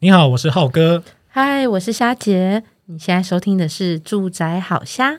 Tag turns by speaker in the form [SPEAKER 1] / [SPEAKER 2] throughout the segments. [SPEAKER 1] 你好，我是浩哥。
[SPEAKER 2] 嗨，我是虾姐，你现在收听的是《住宅好虾》。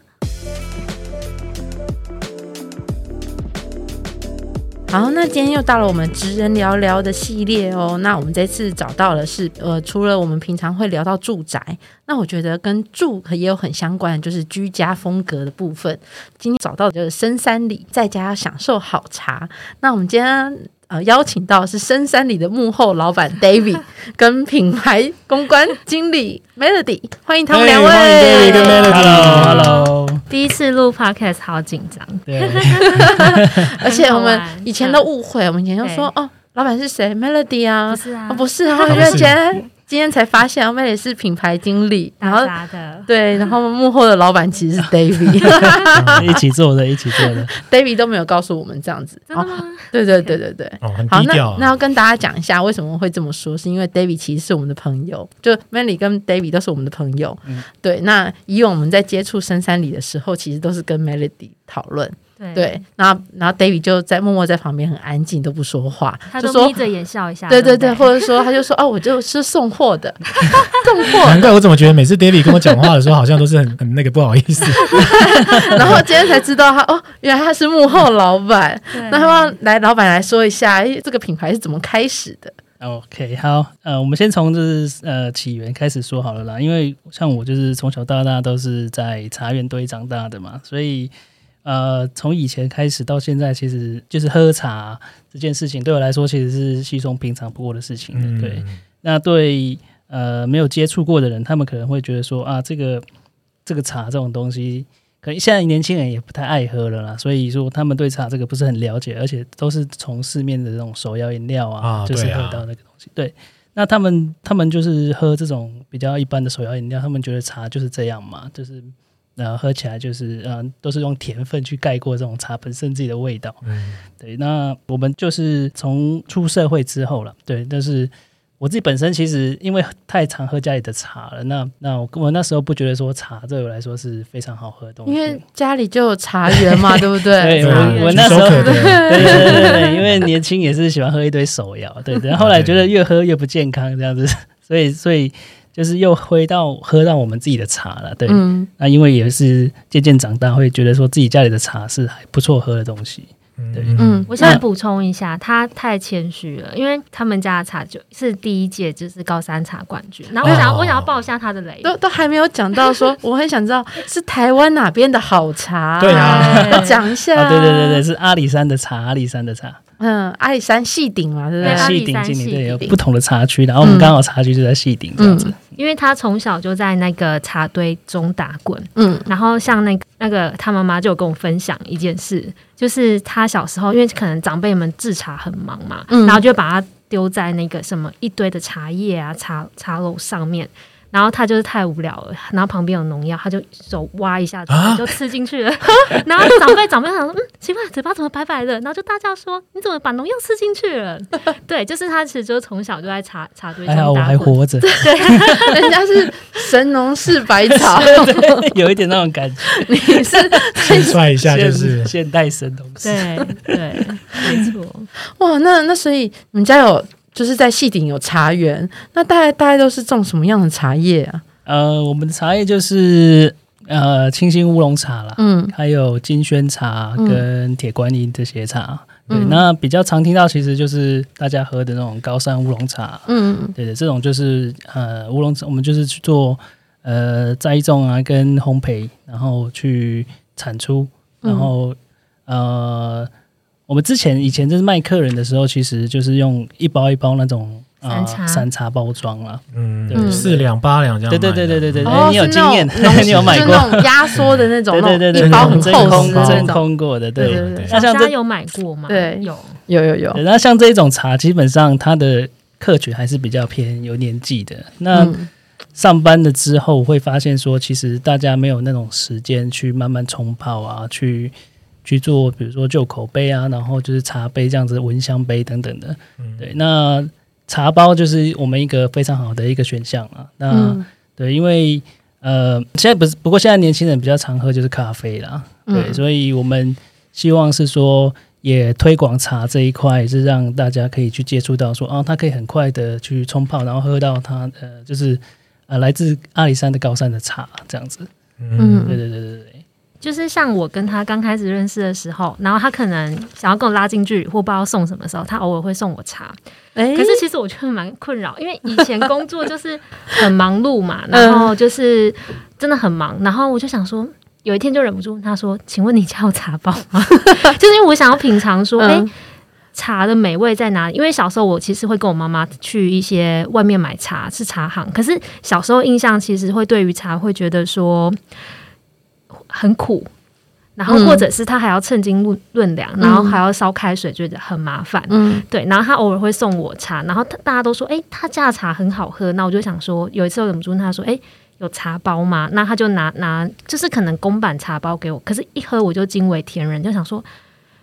[SPEAKER 2] 好，那今天又到了我们职人聊聊的系列哦。那我们这次找到的是，呃，除了我们平常会聊到住宅，那我觉得跟住也有很相关的，就是居家风格的部分。今天找到的就是深山里，在家享受好茶。那我们今天呃邀请到的是深山里的幕后老板 David 跟品牌公关经理 Melody，欢迎他们两位。
[SPEAKER 3] 欢迎 David 跟 Melody
[SPEAKER 1] Hello，Hello，
[SPEAKER 3] 第一次录 podcast 好紧张，
[SPEAKER 1] 对，
[SPEAKER 2] 而且我们
[SPEAKER 3] 很好玩嗯
[SPEAKER 2] 以前都误会，我们以前就说哦，老板是谁？Melody 啊
[SPEAKER 3] 不，是啊
[SPEAKER 2] 哦，不是，然 后我就觉得今天才发现，哦 Melody 是品牌经理，然后
[SPEAKER 3] 打杂的，
[SPEAKER 2] 对，然后幕后的老板 其实是 David，David
[SPEAKER 4] 嗯 一起做的，一起做的。
[SPEAKER 2] 都没有告诉我们这样子，
[SPEAKER 3] 真的
[SPEAKER 2] 哦，
[SPEAKER 3] 吗？
[SPEAKER 2] 对对对对对。
[SPEAKER 1] 哦，很
[SPEAKER 2] 好，
[SPEAKER 1] 低
[SPEAKER 2] 那
[SPEAKER 1] 调啊。
[SPEAKER 2] 那要跟大家讲一下为什么会这么说，是因为 David 其实是我们的朋友，就 Melly 跟 David 都是我们的朋友。
[SPEAKER 1] 嗯
[SPEAKER 2] 对，那以往我们在接触深山里的时候，其实都是跟 Melody 讨论，
[SPEAKER 3] 对
[SPEAKER 2] 对，然后然后 David 就在默默在旁边很安静，都不说话，
[SPEAKER 3] 他
[SPEAKER 2] 就
[SPEAKER 3] 都
[SPEAKER 2] 说
[SPEAKER 3] 眯着眼笑一下，
[SPEAKER 2] 对
[SPEAKER 3] 对
[SPEAKER 2] 对对，
[SPEAKER 3] 不对
[SPEAKER 2] 或者说他就说哦，我就是送货的， 送
[SPEAKER 1] 难
[SPEAKER 2] 货。
[SPEAKER 1] 怪我怎么觉得每次 David 跟我讲话的时候，好像都是很很那个不好意思。
[SPEAKER 2] 然后今天才知道他哦，原来他是幕后老板。
[SPEAKER 3] 对
[SPEAKER 2] 那他们来老板来说一下，哎这个品牌是怎么开始的？
[SPEAKER 4] OK，好，呃，我们先从就是呃起源开始说好了啦，因为像我就是从小到大都是在茶园堆长大的嘛，所以呃从以前开始到现在，其实就是喝茶这件事情对我来说其实是稀松平常不过的事情
[SPEAKER 1] 嗯
[SPEAKER 4] 了。对，，那对呃没有接触过的人，他们可能会觉得说啊，这个这个茶这种东西，可能现在年轻人也不太爱喝了啦，所以说他们对茶这个不是很了解，而且都是从市面的这种手摇饮料啊，
[SPEAKER 1] 啊
[SPEAKER 4] 就是
[SPEAKER 1] 对
[SPEAKER 4] 喝
[SPEAKER 1] 啊
[SPEAKER 4] 到那个东西。对，那他们他们就是喝这种比较一般的手摇饮料，他们觉得茶就是这样嘛，就是。呃，喝起来就是，嗯、都是用甜分去盖过这种茶本身自己的味道。
[SPEAKER 1] 嗯，
[SPEAKER 4] 对，那我们就是从出社会之后了，对，但是我自己本身其实因为太常喝家里的茶了，那那我我那时候不觉得说茶对我来说是非常好喝的东西，
[SPEAKER 2] 因为家里就有茶园嘛，对不对？
[SPEAKER 4] 对我我
[SPEAKER 1] 炙
[SPEAKER 4] 那时
[SPEAKER 1] 手
[SPEAKER 4] 候
[SPEAKER 1] 可得，
[SPEAKER 4] 对对对对对，因为年轻也是喜欢喝一堆手摇，对对，然后后来觉得越喝越不健康这样子， 所以所以就是又回到喝到我们自己的茶了，对，
[SPEAKER 2] 嗯，
[SPEAKER 4] 那因为也是渐渐长大，会觉得说自己家里的茶是还不错喝的东西，对
[SPEAKER 2] 嗯
[SPEAKER 3] 我想补充一下，他太谦虚了，因为他们家的茶就是第一届就是高山茶冠军，然后我想要
[SPEAKER 1] 哦
[SPEAKER 3] 我想要爆一下他的雷，
[SPEAKER 2] 都都还没有讲到说，我很想知道是台湾哪边的好茶，
[SPEAKER 1] 对
[SPEAKER 3] 啊
[SPEAKER 2] 要讲一下。
[SPEAKER 4] 啊，对对对对，，是阿里山的茶，阿里山的茶，
[SPEAKER 2] 嗯，阿里山细顶嘛，对不
[SPEAKER 3] 对
[SPEAKER 2] 对
[SPEAKER 3] 阿？里
[SPEAKER 4] 细顶
[SPEAKER 3] 山
[SPEAKER 4] 经
[SPEAKER 3] 细
[SPEAKER 4] 理对，有
[SPEAKER 2] 顶
[SPEAKER 4] 不同的茶区，然后我们
[SPEAKER 2] 嗯
[SPEAKER 4] 刚好茶区就在细顶这样子。
[SPEAKER 3] 因为他从小就在那个茶堆中打滚，
[SPEAKER 2] 嗯
[SPEAKER 3] 然后像那个那个他妈妈就有跟我分享一件事，就是他小时候因为可能长辈们制茶很忙嘛，
[SPEAKER 2] 嗯
[SPEAKER 3] 然后就把他丢在那个什么一堆的茶叶啊茶茶楼上面。然后他就是太无聊了，然后旁边有农药，他就手挖一下，
[SPEAKER 1] 啊
[SPEAKER 3] 就吃进去了。 然后长辈长辈想说，嗯，奇怪，嘴巴怎么白白的？然后就大叫说，你怎么把农药吃进去了？ 对，就是他其实就从小就在茶茶堆中
[SPEAKER 4] 还好哎我
[SPEAKER 3] 打
[SPEAKER 4] 还
[SPEAKER 3] 滚。
[SPEAKER 4] 活着，
[SPEAKER 2] 嗯，人家是神农氏百 草，
[SPEAKER 4] 有一点那种感觉，
[SPEAKER 2] 你是
[SPEAKER 1] 先帅一下就
[SPEAKER 4] 现
[SPEAKER 1] 是
[SPEAKER 4] 现代神东西。
[SPEAKER 3] 对对，没错。
[SPEAKER 2] 哇，那那所以你们家有就是在戏顶有茶园，那大概大概都是种什么样的茶叶啊？
[SPEAKER 4] 呃，我们的茶叶就是呃清新乌龙茶啦，
[SPEAKER 2] 嗯
[SPEAKER 4] 还有金萱茶跟铁观音这些茶。对，
[SPEAKER 2] 嗯
[SPEAKER 4] 那比较常听到其实就是大家喝的那种高山乌龙茶。
[SPEAKER 2] 嗯
[SPEAKER 4] 对的，这种就是呃乌龙茶，我们就是去做呃栽种啊跟烘焙，然后去产出。
[SPEAKER 2] 嗯
[SPEAKER 4] 然后呃，我们之前以前就是卖客人的时候，其实就是用一包一包那种啊
[SPEAKER 3] 散茶
[SPEAKER 4] 散茶包装啦。
[SPEAKER 1] 嗯
[SPEAKER 4] 对
[SPEAKER 1] 四两八两这样
[SPEAKER 4] 对
[SPEAKER 1] 卖的。
[SPEAKER 4] 对对对对
[SPEAKER 1] 嗯
[SPEAKER 4] 对，
[SPEAKER 2] 哦
[SPEAKER 4] 哎你有
[SPEAKER 2] 是
[SPEAKER 4] 经
[SPEAKER 2] 那
[SPEAKER 4] 验
[SPEAKER 2] 种浓，
[SPEAKER 4] 你有买
[SPEAKER 2] 就
[SPEAKER 4] 过？
[SPEAKER 2] 那种压缩的那种，
[SPEAKER 4] 对 对
[SPEAKER 2] 那种
[SPEAKER 4] 对对，
[SPEAKER 2] 一包很
[SPEAKER 4] 真
[SPEAKER 2] 厚实
[SPEAKER 4] 空
[SPEAKER 2] 的
[SPEAKER 4] 真
[SPEAKER 2] 那种。
[SPEAKER 4] 空过的，
[SPEAKER 2] 对
[SPEAKER 4] 对。
[SPEAKER 2] 对
[SPEAKER 1] 对
[SPEAKER 4] 那
[SPEAKER 3] 小
[SPEAKER 4] 像
[SPEAKER 3] 虾
[SPEAKER 4] 这
[SPEAKER 3] 有买过吗？
[SPEAKER 2] 对
[SPEAKER 3] 有。
[SPEAKER 2] 有有有
[SPEAKER 4] 对，那像这一种茶，基本上它的客群还是比较偏有年纪的。那
[SPEAKER 2] 嗯
[SPEAKER 4] 上班了之后会发现说，其实大家没有那种时间去慢慢冲泡啊，去去做，比如说旧口杯啊，然后就是茶杯这样子，蚊香杯等等的。对，那茶包就是我们一个非常好的一个选项啊。那、
[SPEAKER 2] 嗯
[SPEAKER 4] 对，因为呃，现在不是，不呃过现在年轻人比较常喝就是咖啡啦。对，
[SPEAKER 2] 嗯
[SPEAKER 4] 所以我们希望是说也推广茶这一块，也是让大家可以去接触到说，啊，它可以很快的去冲泡，然后喝到它呃，就是呃来自阿里山的高山的茶这样子。
[SPEAKER 2] 嗯，
[SPEAKER 4] 对对对对对，
[SPEAKER 3] 就是像我跟他刚开始认识的时候，然后他可能想要跟我拉近距离，或不知道送什么时候，他偶尔会送我茶。
[SPEAKER 2] 哎，
[SPEAKER 3] 可是其实我觉得蛮困扰，因为以前工作就是很忙碌
[SPEAKER 2] 嗯
[SPEAKER 3] 嘛，然后就是真的很忙，然后我就想说，有一天就忍不住问他说：“请问你家有茶包吗？” 就是因为我想要品尝说，
[SPEAKER 2] 嗯
[SPEAKER 3] 哎、茶的美味在哪里？因为小时候我其实会跟我妈妈去一些外面买茶，是茶行。可是小时候印象其实会对于茶会觉得说很苦，然后
[SPEAKER 2] 嗯
[SPEAKER 3] 或者是他还要称斤论论两，然后
[SPEAKER 2] 嗯
[SPEAKER 3] 还要烧开水，觉得很麻烦。
[SPEAKER 2] 嗯
[SPEAKER 3] 对，然后他偶尔会送我茶，然后他大家都说，哎、他家的茶很好喝。那我就想说，有一次我忍不住问他说，哎、有茶包吗？那他就拿拿，就是可能公版茶包给我，可是一喝我就惊为天人，就想说，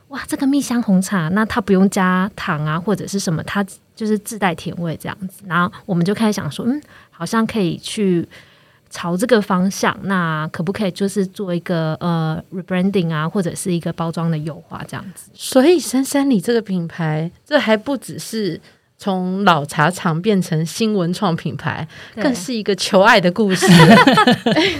[SPEAKER 3] 哇，这个蜜香红茶，那它不用加糖啊或者是什么，它就是自带甜味这样子。然后我们就开始想说，嗯，好像可以去。朝这个方向，那可不可以就是做一个呃 rebranding 啊，或者是一个包装的优化这样子？
[SPEAKER 2] 所以珊珊你这个品牌，这还不只是从老茶厂变成新文创品牌，
[SPEAKER 3] 对
[SPEAKER 2] 更是一个求爱的故事，
[SPEAKER 3] 对，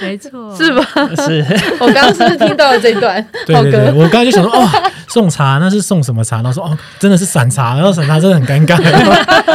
[SPEAKER 3] 没错，
[SPEAKER 2] 是吧？
[SPEAKER 4] 是
[SPEAKER 2] 我刚刚是不是听到了这一段？
[SPEAKER 1] 对
[SPEAKER 2] 浩
[SPEAKER 1] 对对，
[SPEAKER 2] 哥，
[SPEAKER 1] 我刚才就想说，哦，送茶那是送什么茶？然后说，哦，真的是散茶，然后散茶真的很尴尬。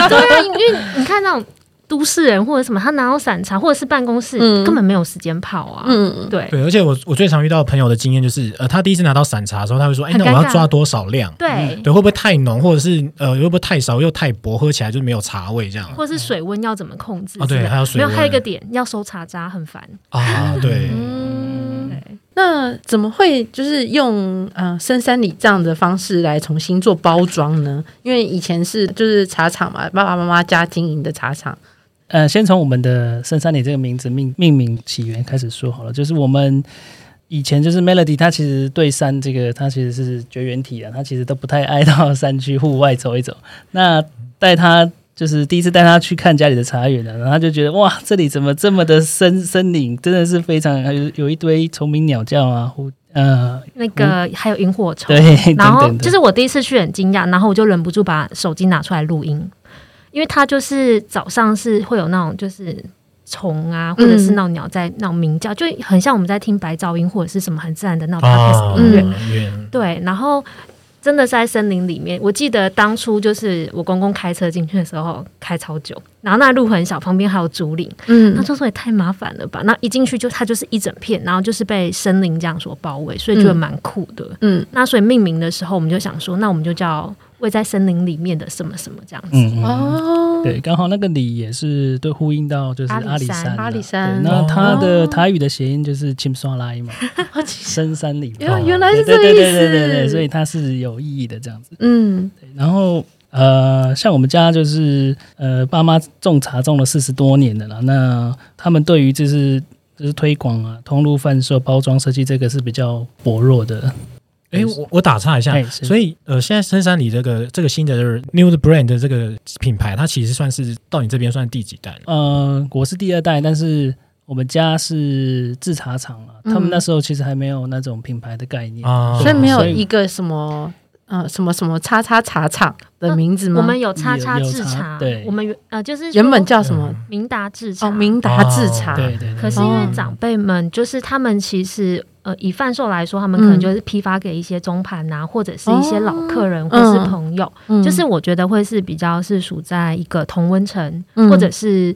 [SPEAKER 3] 对啊，因为你看那种都市人或者什么，他拿到散茶或者是办公室，
[SPEAKER 2] 嗯
[SPEAKER 3] 根本没有时间泡啊。
[SPEAKER 2] 嗯，
[SPEAKER 3] 对
[SPEAKER 1] 对，而且我我最常遇到朋友的经验就是，呃，他第一次拿到散茶的时候，他会说，哎，
[SPEAKER 3] 很
[SPEAKER 1] 那
[SPEAKER 3] 尴
[SPEAKER 1] 我要
[SPEAKER 3] 尬
[SPEAKER 1] 抓多少量？
[SPEAKER 3] 对，
[SPEAKER 1] 对，会不会太浓，或者是呃，会不会太少又太薄，喝起来就没有茶味这样
[SPEAKER 3] 或是水温要怎么控制
[SPEAKER 1] 啊
[SPEAKER 3] 之类的？
[SPEAKER 1] 对还有水温
[SPEAKER 3] 没有还有一个点要收茶渣，很烦。
[SPEAKER 1] 啊？对，
[SPEAKER 2] 嗯，
[SPEAKER 3] 对，
[SPEAKER 2] 那怎么会就是用呃深山里这样的方式来重新做包装呢？因为以前是就是茶厂嘛，爸爸妈妈家经营的茶厂，
[SPEAKER 4] 呃，先从我们的深山里这个名字命命名起源开始说好了，就是我们。以前就是 Melody，他其实对山这个，他其实是绝缘体啊，他其实都不太爱到山区户外走一走。那带他就是第一次带他去看家里的茶园啊，然后他就觉得哇，这里怎么这么的森森林，真的是非常有有一堆虫鸣鸟叫啊，呼呃，
[SPEAKER 3] 那个还有萤火虫，
[SPEAKER 4] 对，
[SPEAKER 3] 哦
[SPEAKER 4] 等
[SPEAKER 3] 然后
[SPEAKER 4] 等的，
[SPEAKER 3] 就是我第一次去很惊讶，然后我就忍不住把手机拿出来录音，因为它就是早上是会有那种就是虫啊，或
[SPEAKER 2] 嗯
[SPEAKER 3] 者是那种鸟在那种鸣叫，就很像我们在听白噪音或者是什么很自然的那种 podcast 音乐。
[SPEAKER 1] 嗯，远
[SPEAKER 3] 对，然后真的是在森林里面。我记得当初就是我公公开车进去的时候，开超久，然后那路很小，旁边还有竹林，他
[SPEAKER 2] 嗯
[SPEAKER 3] 就说也太麻烦了吧。那一进去就它就是一整片，然后就是被森林这样所包围，所以觉得
[SPEAKER 2] 嗯
[SPEAKER 3] 蛮酷的。
[SPEAKER 2] 嗯，
[SPEAKER 3] 那所以命名的时候，我们就想说，那我们就叫位在森林里面的什么什么这样子。
[SPEAKER 4] 嗯嗯
[SPEAKER 2] 哦，
[SPEAKER 4] 对，刚好那个里也是对呼应到就是
[SPEAKER 3] 阿里
[SPEAKER 4] 阿里
[SPEAKER 3] 山
[SPEAKER 4] 山啊，
[SPEAKER 2] 阿里山
[SPEAKER 4] 对那它
[SPEAKER 2] 哦
[SPEAKER 4] 的台语的谐音就是“青刷拉”嘛，
[SPEAKER 2] 好奇
[SPEAKER 4] 深山里
[SPEAKER 2] 原
[SPEAKER 4] 嘛，
[SPEAKER 2] 原来是这个
[SPEAKER 4] 对
[SPEAKER 2] 意思，
[SPEAKER 4] 对对对对对，所以它是有意义的这样子。
[SPEAKER 2] 嗯
[SPEAKER 4] 对然后呃，像我们家就是呃，爸妈种茶种了四十多年的了啦，那他们对于就是就是推广啊、通路贩售、包装设计这个是比较薄弱的。
[SPEAKER 1] 哎，我我打岔一下
[SPEAKER 4] 哎，是
[SPEAKER 1] 所以呃，现在深山里这个这个新的 New Brand 的这个品牌，它其实算是到你这边算第几代了？
[SPEAKER 4] 呃，我是第二代，但是我们家是制茶厂啊，
[SPEAKER 3] 嗯
[SPEAKER 4] 他们那时候其实还没有那种品牌的概念
[SPEAKER 1] 啊
[SPEAKER 2] 所以没有
[SPEAKER 4] 所以
[SPEAKER 2] 一个什么呃什么什么叉叉茶厂的名字吗？
[SPEAKER 3] 我们有叉叉
[SPEAKER 4] 有有
[SPEAKER 3] 制
[SPEAKER 4] 叉
[SPEAKER 3] 茶，
[SPEAKER 4] 对
[SPEAKER 3] 我们原呃就是
[SPEAKER 2] 原
[SPEAKER 3] 说
[SPEAKER 2] 本叫什么？
[SPEAKER 3] 明达制茶，
[SPEAKER 2] 哦，明达制茶。
[SPEAKER 1] 哦
[SPEAKER 4] 对对对，
[SPEAKER 3] 可是因为
[SPEAKER 2] 哦
[SPEAKER 3] 长辈们，就是他们其实呃，以贩售来说，他们可能
[SPEAKER 2] 嗯
[SPEAKER 3] 就是批发给一些中盘啊，或者是一些老客人
[SPEAKER 2] 哦
[SPEAKER 3] 或是朋友，
[SPEAKER 2] 嗯
[SPEAKER 3] 就是我觉得会是比较是属在一个同温层，
[SPEAKER 2] 嗯
[SPEAKER 3] 或者是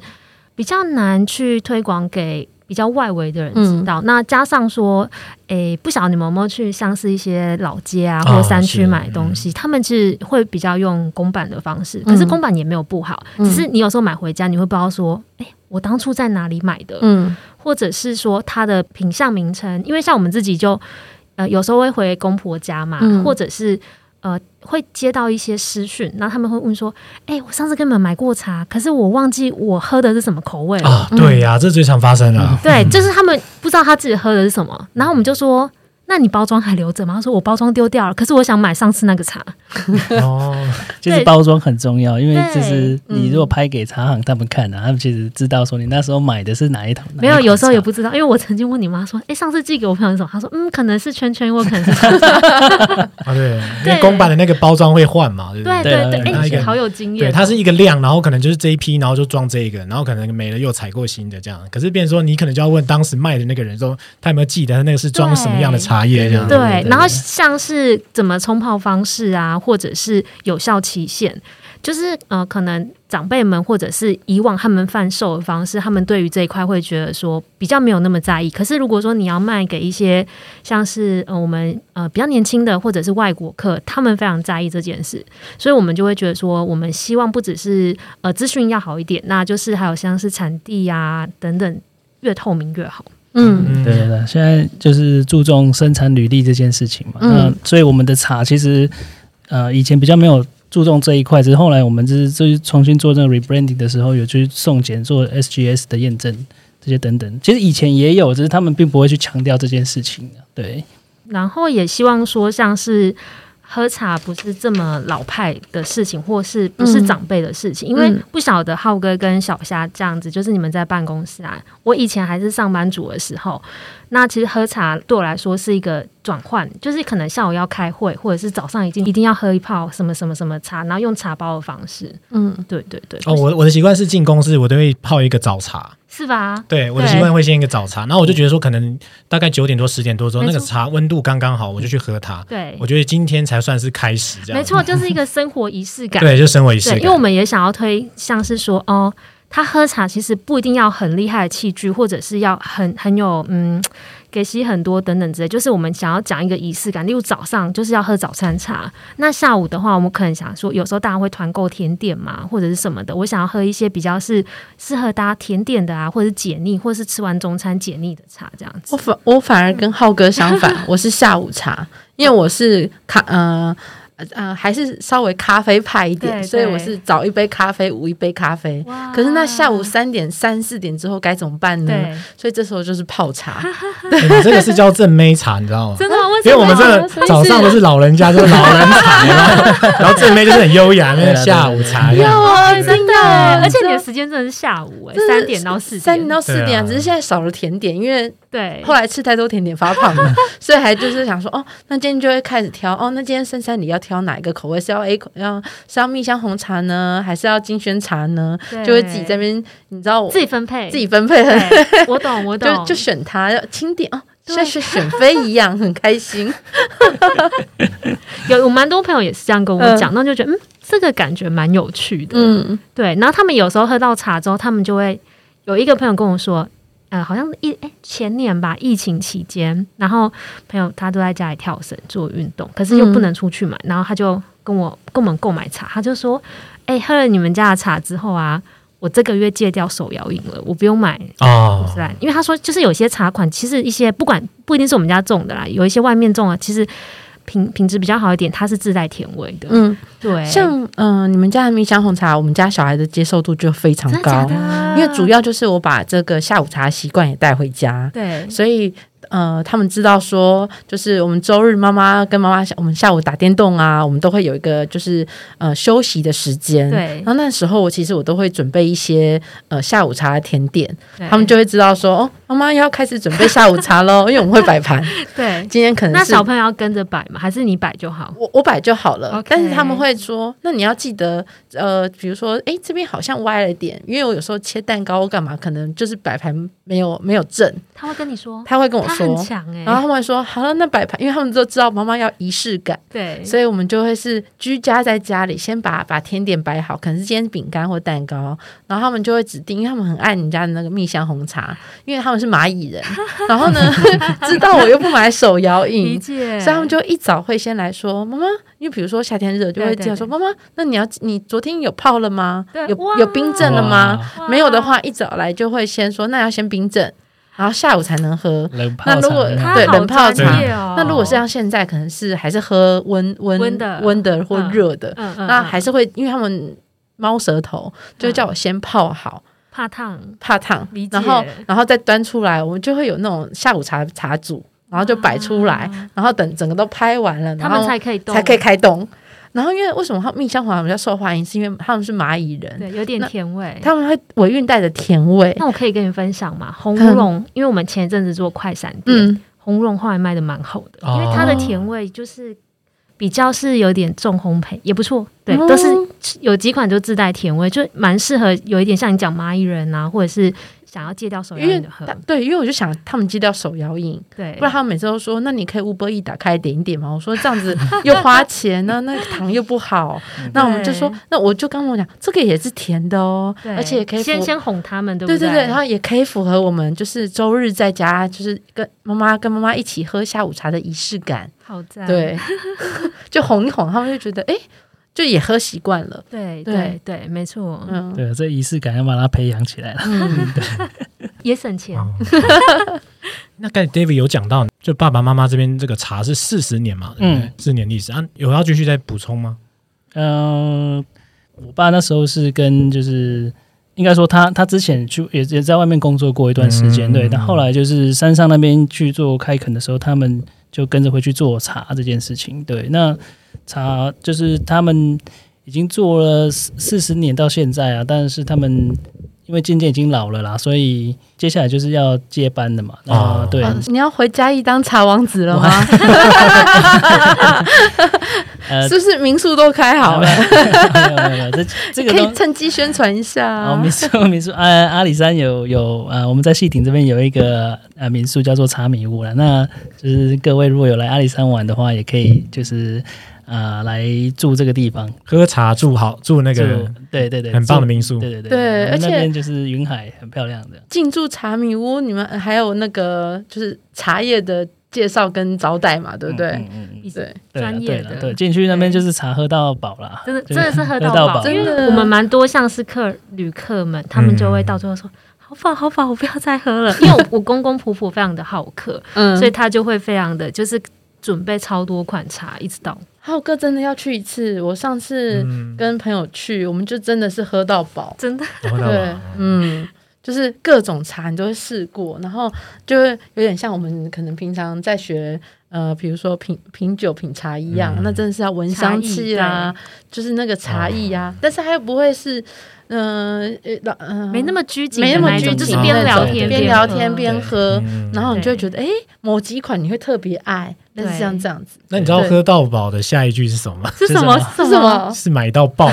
[SPEAKER 3] 比较难去推广给。比较外围的人知
[SPEAKER 2] 嗯
[SPEAKER 3] 道，那加上说，诶、不晓得你们有没有去像是一些老街啊
[SPEAKER 1] 哦
[SPEAKER 3] 或山区
[SPEAKER 1] 是
[SPEAKER 3] 买东
[SPEAKER 2] 嗯
[SPEAKER 3] 西，他们是会比较用公版的方式，可是公版也没有不好，
[SPEAKER 2] 嗯
[SPEAKER 3] 只是你有时候买回家你会不知道说，诶、我当初在哪里买的，
[SPEAKER 2] 嗯
[SPEAKER 3] 或者是说它的品相名称，因为像我们自己就呃有时候会回公婆家嘛，
[SPEAKER 2] 嗯
[SPEAKER 3] 或者是呃会接到一些私讯，然后他们会问说：“哎、我上次跟你们买过茶，可是我忘记我喝的是什么口味了。
[SPEAKER 1] 哦啊，对呀，这最常发生了。
[SPEAKER 3] 对，就是他们不知道他自己喝的是什么，然后我们就说。那你包装还留着吗？”他说：“我包装丢掉了，可是我想买上次那个茶。
[SPEAKER 1] 哦，
[SPEAKER 4] 就是包装很重要，因为就是
[SPEAKER 2] 对
[SPEAKER 4] 你
[SPEAKER 2] 嗯
[SPEAKER 4] 如果拍给茶行他们看啊，他们其实知道说你那时候买的是哪一桶。”
[SPEAKER 3] 没有，
[SPEAKER 4] 哪一款
[SPEAKER 3] 有时候
[SPEAKER 4] 茶
[SPEAKER 3] 也不知道，因为我曾经问你妈说：“哎，上次寄给我朋友的时候，她说：‘嗯，可能是圈圈，我可 能是……’
[SPEAKER 1] 啊对，因为
[SPEAKER 3] 对
[SPEAKER 1] 公版的那个包装会换嘛，对不
[SPEAKER 3] 对
[SPEAKER 1] 对？
[SPEAKER 4] 对
[SPEAKER 3] 对
[SPEAKER 4] 对
[SPEAKER 1] 那一个
[SPEAKER 3] 对，哎，好有经验
[SPEAKER 1] 对，
[SPEAKER 3] 哦。
[SPEAKER 1] 它是一个量，然后可能就是这一批，然后就装这一个，然后可能没了又采购新的这样。可是变成说你可能就要问当时卖的那个人说，他有没有记得他那个是装什么样的茶叶这样？
[SPEAKER 4] 对
[SPEAKER 3] 对，然后像是怎么冲泡方式啊，或者是有效期限，就是呃，可能长辈们或者是以往他们贩售的方式，他们对于这一块会觉得说比较没有那么在意。可是如果说你要卖给一些像是呃我们呃比较年轻的或者是外国客，他们非常在意这件事，所以我们就会觉得说，我们希望不只是呃资讯要好一点，那就是还有像是产地呀、等等，越透明越好。
[SPEAKER 2] 嗯，
[SPEAKER 1] 嗯
[SPEAKER 4] 对对对，现在就是注重生产履历这件事情嘛。
[SPEAKER 2] 嗯
[SPEAKER 4] 那所以我们的茶其实呃以前比较没有注重这一块，只是后来我们就是就是重新做这个 rebranding 的时候，有去送检做 SGS 的验证这些等等。其实以前也有，只是他们并不会去强调这件事情啊。对，
[SPEAKER 3] 然后也希望说，像是喝茶不是这么老派的事情，或是不
[SPEAKER 1] 嗯
[SPEAKER 3] 是长辈的事情，因为不晓得浩哥跟小虾这样子，就是你们在办公室啊，我以前还是上班族的时候，那其实喝茶对我来说是一个转换，就是可能下午要开会，或者是早上已经一定要喝一泡什么什么什么茶，然后用茶包的方式，
[SPEAKER 2] 嗯，
[SPEAKER 3] 对对对，
[SPEAKER 1] 哦，我我的习惯是进公司，我都会泡一个早茶。
[SPEAKER 3] 是吧？
[SPEAKER 1] 对，我的
[SPEAKER 3] 对
[SPEAKER 1] 习惯会先一个早茶，然后我就觉得说，可能大概九点多、十点多之后，
[SPEAKER 3] 没
[SPEAKER 1] 那
[SPEAKER 3] 错
[SPEAKER 1] 个茶温度刚刚好，我就去喝它。
[SPEAKER 3] 对
[SPEAKER 1] 我，觉得今天才算是开始，这样
[SPEAKER 3] 没错，就是一个生活仪式 感。
[SPEAKER 1] 对，就生活仪式
[SPEAKER 3] 对，因为我
[SPEAKER 1] 感。
[SPEAKER 3] 们也想要推，像是说哦，他喝茶其实不一定要很厉害的器具，或者是要很很有嗯。给吸很多等等之类，就是我们想要讲一个仪式感。例如早上就是要喝早餐茶，那下午的话，我们可能想说，有时候大家会团购甜点嘛，或者是什么的。我想要喝一些比较是适合大家甜点的啊，或者是解腻，或者是吃完中餐解腻的茶这样子
[SPEAKER 2] 我。反我反而跟浩哥相反，我是下午茶，因为我是咖呃呃还是稍微咖啡派一点，
[SPEAKER 3] 对
[SPEAKER 2] 所以
[SPEAKER 3] 对
[SPEAKER 2] 我是早一杯咖啡，午一杯咖啡。
[SPEAKER 3] 哇
[SPEAKER 2] 可是那下午三点、三四点之后该怎么办呢？
[SPEAKER 1] 嗯
[SPEAKER 3] 对，
[SPEAKER 2] 所以这时候就是泡茶，
[SPEAKER 1] 你们这个是叫正妹茶，你知道吗？
[SPEAKER 3] 真的吗？
[SPEAKER 1] 因为
[SPEAKER 3] 为什
[SPEAKER 1] 我
[SPEAKER 3] 么
[SPEAKER 1] 们这
[SPEAKER 3] 啊？
[SPEAKER 1] 个早上都是老人家，就是老人茶，然 后然后正妹就是很优雅，那个下午茶这样。
[SPEAKER 3] 哦，真的耶，而且你的时间真的是下午哎，
[SPEAKER 2] 真的是
[SPEAKER 3] 三点到四点，
[SPEAKER 2] 三点到四点、
[SPEAKER 1] 对啊
[SPEAKER 2] 只是现在少了甜点，因为
[SPEAKER 3] 对，
[SPEAKER 2] 后来吃太多甜点发胖 了，所以还就是想说，哦，那今天就会开始挑，哦，那今天深山里要挑哪一个口味？是要 A 口，要是要蜜香红茶呢，还是要金萱茶呢？
[SPEAKER 3] 对
[SPEAKER 2] 就会自己在那边，你知道我
[SPEAKER 3] 嗯自己分配，
[SPEAKER 2] 自己分配很，
[SPEAKER 3] 对。我懂，我懂，
[SPEAKER 2] 就就选它，要轻点哦，
[SPEAKER 3] 对
[SPEAKER 2] 像是选妃一样，很开 心。
[SPEAKER 3] 有有蛮多朋友也是这样跟我讲，那就觉得嗯，这个感觉蛮有趣的，
[SPEAKER 2] 嗯，
[SPEAKER 3] 对。然后他们有时候喝到茶之后，他们就会有一个朋友跟我说。呃，好像是一哎、前年吧，疫情期间，然后朋友他都在家里跳绳做运动，可是又不能出去嘛，然后他就跟我跟我们购买茶，他就说，哎、喝了你们家的茶之后啊，我这个月戒掉手摇饮了，我不用买
[SPEAKER 1] 哦
[SPEAKER 3] 是吧？因为他说，就是有些茶款，其实一些不管不一定是我们家种的啦，有一些外面种的，啊其实品品质比较好一点，它是自带甜味的。
[SPEAKER 2] 嗯，
[SPEAKER 3] 对，
[SPEAKER 2] 像嗯、呃你们家的蜜香红茶，我们家小孩的接受度就非常
[SPEAKER 3] 真的假
[SPEAKER 2] 高，
[SPEAKER 3] 的？
[SPEAKER 2] 因为主要就是我把这个下午茶习惯也带回家。
[SPEAKER 3] 对
[SPEAKER 2] 所以呃，他们知道说，就是我们周日妈妈跟妈妈下我们下午打电动啊，我们都会有一个就是呃休息的时间。。
[SPEAKER 3] 对
[SPEAKER 2] 然，后那时候我其实我都会准备一些呃下午茶的甜点，
[SPEAKER 3] 对
[SPEAKER 2] 他们就会知道说哦，妈妈要开始准备下午茶喽， 因为我们会摆盘，
[SPEAKER 3] 对。
[SPEAKER 2] 今天可能
[SPEAKER 3] 那
[SPEAKER 2] 是
[SPEAKER 3] 小朋友要跟着摆吗？还是你摆就好？
[SPEAKER 2] 我我摆就好了
[SPEAKER 3] OK
[SPEAKER 2] 但是他们会说，那你要记得，呃，比如说，诶，这边好像歪了点，因为我有时候切蛋糕干嘛，可能就是摆盘没有没有正，
[SPEAKER 3] 他会跟你说，
[SPEAKER 2] 他会跟我
[SPEAKER 3] 他
[SPEAKER 2] 说，啊
[SPEAKER 3] 很强哎、
[SPEAKER 2] 然后他们说好了，那摆盘，因为他们都知道妈妈要仪式感，
[SPEAKER 3] 对，
[SPEAKER 2] 所以我们就会是居家在家里先把把甜点摆好，可能是今天饼干或蛋糕，然后他们就会指定，因为他们很爱你家的那个蜜香红 茶，因为他们是蚂蚁人，然后呢 知道我又不买手摇
[SPEAKER 3] 理
[SPEAKER 2] 饮。
[SPEAKER 3] 解。
[SPEAKER 2] 所以他们就一早会先来说妈妈，因为比如说夏天热，就会
[SPEAKER 3] 对对
[SPEAKER 2] 这样说
[SPEAKER 3] 对
[SPEAKER 2] 妈妈，那你要你昨天有泡了吗
[SPEAKER 3] 对？
[SPEAKER 2] 有
[SPEAKER 3] 哇
[SPEAKER 2] 有冰镇了吗？
[SPEAKER 3] 哇
[SPEAKER 2] 没有的，话，一早来就会先说那要先冰镇，然后下午才能喝。
[SPEAKER 4] 哇？冷泡
[SPEAKER 2] 那
[SPEAKER 4] 茶
[SPEAKER 2] 如果
[SPEAKER 4] 的
[SPEAKER 3] 他
[SPEAKER 2] 对
[SPEAKER 3] 好
[SPEAKER 2] 冷泡
[SPEAKER 3] 专
[SPEAKER 1] 茶
[SPEAKER 3] 业哦
[SPEAKER 2] 那如果是像现在，可能是还是喝温温
[SPEAKER 3] 温的
[SPEAKER 2] 温的或
[SPEAKER 3] 嗯
[SPEAKER 2] 热的，
[SPEAKER 3] 嗯嗯，
[SPEAKER 2] 那
[SPEAKER 3] 嗯
[SPEAKER 2] 还是会因为他们猫舌头，就会叫我先泡好，
[SPEAKER 3] 怕烫，
[SPEAKER 2] 怕烫
[SPEAKER 3] 嗯理解，
[SPEAKER 2] 然后然后再端出来，我们就会有那种下午茶茶组。然后就摆出来，然后等整个都拍完了，
[SPEAKER 3] 啊他
[SPEAKER 2] 然
[SPEAKER 3] 们
[SPEAKER 2] 后
[SPEAKER 3] 才可以动，
[SPEAKER 2] 才可以开动。然后因为为什么它蜜香黄比较受欢迎，是因为他们是蚂蚁人，
[SPEAKER 3] 对，有点
[SPEAKER 2] 那
[SPEAKER 3] 甜味。
[SPEAKER 2] 他们会尾韵带着甜味。
[SPEAKER 3] 那我可以跟你分享嘛，红
[SPEAKER 2] 嗯
[SPEAKER 3] 乌龙，因为我们前一阵子做快闪店，
[SPEAKER 2] 嗯，
[SPEAKER 3] 红乌龙后来卖的蛮好的，
[SPEAKER 4] 哦
[SPEAKER 3] 因为它的甜味就是比较是有点重烘焙，也不错，对，
[SPEAKER 2] 哦
[SPEAKER 3] 都是有几款就自带甜味，就蛮适合有一点像你讲蚂蚁人啊，或者是想要戒掉手摇
[SPEAKER 2] 因为
[SPEAKER 3] 饮的喝，
[SPEAKER 2] 对，因为我就想他们戒掉手摇饮，
[SPEAKER 3] 对
[SPEAKER 2] 不，然他们每次都说，那你可以 Uber E 打开点一点嘛。我说这样子又花钱呢、 那个糖又不好。
[SPEAKER 4] 嗯
[SPEAKER 2] 那我们就说
[SPEAKER 3] 对，
[SPEAKER 2] 那我就刚跟我讲，这个也是甜的哦，
[SPEAKER 3] 对
[SPEAKER 2] 而且也可以符
[SPEAKER 3] 先先哄他们，对不
[SPEAKER 2] 对对
[SPEAKER 3] 对
[SPEAKER 2] 对，然后也可以符合我们就是周日在家，就是跟妈妈跟妈妈一起喝下午茶的仪式感。
[SPEAKER 3] 好赞，
[SPEAKER 2] 对， 就哄一哄，他们就觉得哎、诶就也喝习惯了。
[SPEAKER 3] 对
[SPEAKER 2] 对
[SPEAKER 3] 对对，没错，
[SPEAKER 2] 嗯，
[SPEAKER 4] 对，这仪式感要把它培养起来了。
[SPEAKER 3] 也省钱，
[SPEAKER 2] 哦
[SPEAKER 1] 那刚才 David 有讲到，就爸爸妈妈这边这个茶是四十年嘛，嗯
[SPEAKER 4] 嗯，
[SPEAKER 1] 四年历史啊，有要继续再补充吗？
[SPEAKER 4] 嗯、我爸那时候是跟就是。应该说他他之前去也也在外面工作过一段时间，
[SPEAKER 1] 嗯
[SPEAKER 4] 对。但后来就是山上那边去做开垦的时候，他们就跟着回去做茶这件事情，对。那茶就是他们已经做了四四十年到现在啊，但是他们因为渐渐已经老了啦，所以接下来就是要接班的嘛。那、
[SPEAKER 1] 哦
[SPEAKER 4] 对，
[SPEAKER 2] 哦你要回嘉义当茶王子了吗？
[SPEAKER 4] 呃，
[SPEAKER 2] 是不是民宿都开好了？
[SPEAKER 4] 没有没有没 有，这这个
[SPEAKER 2] 啊可
[SPEAKER 4] 东
[SPEAKER 2] 以趁机宣传一下啊
[SPEAKER 4] 哦，民。宿民宿，呃，阿里山有有呃，我们在戏亭这边有一个呃民宿叫做茶米屋了。那就是各位如果有来阿里山玩的话，也可以
[SPEAKER 1] 嗯
[SPEAKER 4] 就是呃来住这个地方，
[SPEAKER 1] 喝茶住好住那
[SPEAKER 4] 那
[SPEAKER 1] 个
[SPEAKER 4] 对对对，
[SPEAKER 1] 很棒的
[SPEAKER 4] 住
[SPEAKER 1] 民宿
[SPEAKER 4] 对对对
[SPEAKER 2] 对
[SPEAKER 4] 我们
[SPEAKER 2] 而且
[SPEAKER 4] 那边就是云海很漂亮的。
[SPEAKER 2] 进驻茶米屋，你们呃还有那个就是茶叶的介绍跟招待嘛，对不对？
[SPEAKER 4] 嗯嗯嗯嗯
[SPEAKER 2] 对，
[SPEAKER 4] 对了
[SPEAKER 3] 专
[SPEAKER 4] 对
[SPEAKER 3] 业
[SPEAKER 4] 了
[SPEAKER 3] 的
[SPEAKER 4] 对，进去那边就是茶喝到饱啦，
[SPEAKER 3] 真的
[SPEAKER 4] 就是
[SPEAKER 3] 真的是喝到
[SPEAKER 4] 到
[SPEAKER 3] 饱
[SPEAKER 4] 饱
[SPEAKER 2] 真的，嗯
[SPEAKER 3] 我们蛮多像是客旅客们，他们就会到最后说。好饱，好饱，我不要再喝了。因为我我公公婆婆非常的好客，
[SPEAKER 2] 嗯，
[SPEAKER 3] 所以他就会非常的就是准备超多款茶，一直到
[SPEAKER 2] 浩哥真的要去一次。我上次
[SPEAKER 1] 嗯，
[SPEAKER 2] 跟朋友去，我们就真的是喝到饱。
[SPEAKER 3] 真的
[SPEAKER 1] 然后到
[SPEAKER 2] 对
[SPEAKER 1] 吧，
[SPEAKER 2] 嗯，就是各种茶你都会试过，然后就会有点像我们可能平常在学。呃，比如说品品酒、品茶一样，
[SPEAKER 1] 嗯
[SPEAKER 2] 那真的是要闻香气啦，就是那个茶艺啊，但是它又不会是，嗯呃，老嗯、
[SPEAKER 3] 没那么拘谨
[SPEAKER 2] 没
[SPEAKER 3] 的
[SPEAKER 2] 那么
[SPEAKER 3] 那一
[SPEAKER 2] 拘
[SPEAKER 3] 种，
[SPEAKER 2] 谨，
[SPEAKER 3] 就是边聊天
[SPEAKER 2] 对边聊
[SPEAKER 3] 喝
[SPEAKER 2] 天边喝，
[SPEAKER 1] 嗯
[SPEAKER 2] 然后你就会觉得，哎，某几款你会特别爱，类似像这样子，
[SPEAKER 1] 那你知道
[SPEAKER 2] 对
[SPEAKER 1] 喝到饱的下一句是什么吗？
[SPEAKER 3] 是什么？是
[SPEAKER 2] 是
[SPEAKER 3] 什
[SPEAKER 2] 什
[SPEAKER 3] 么？
[SPEAKER 2] 么？
[SPEAKER 1] 是买到爆。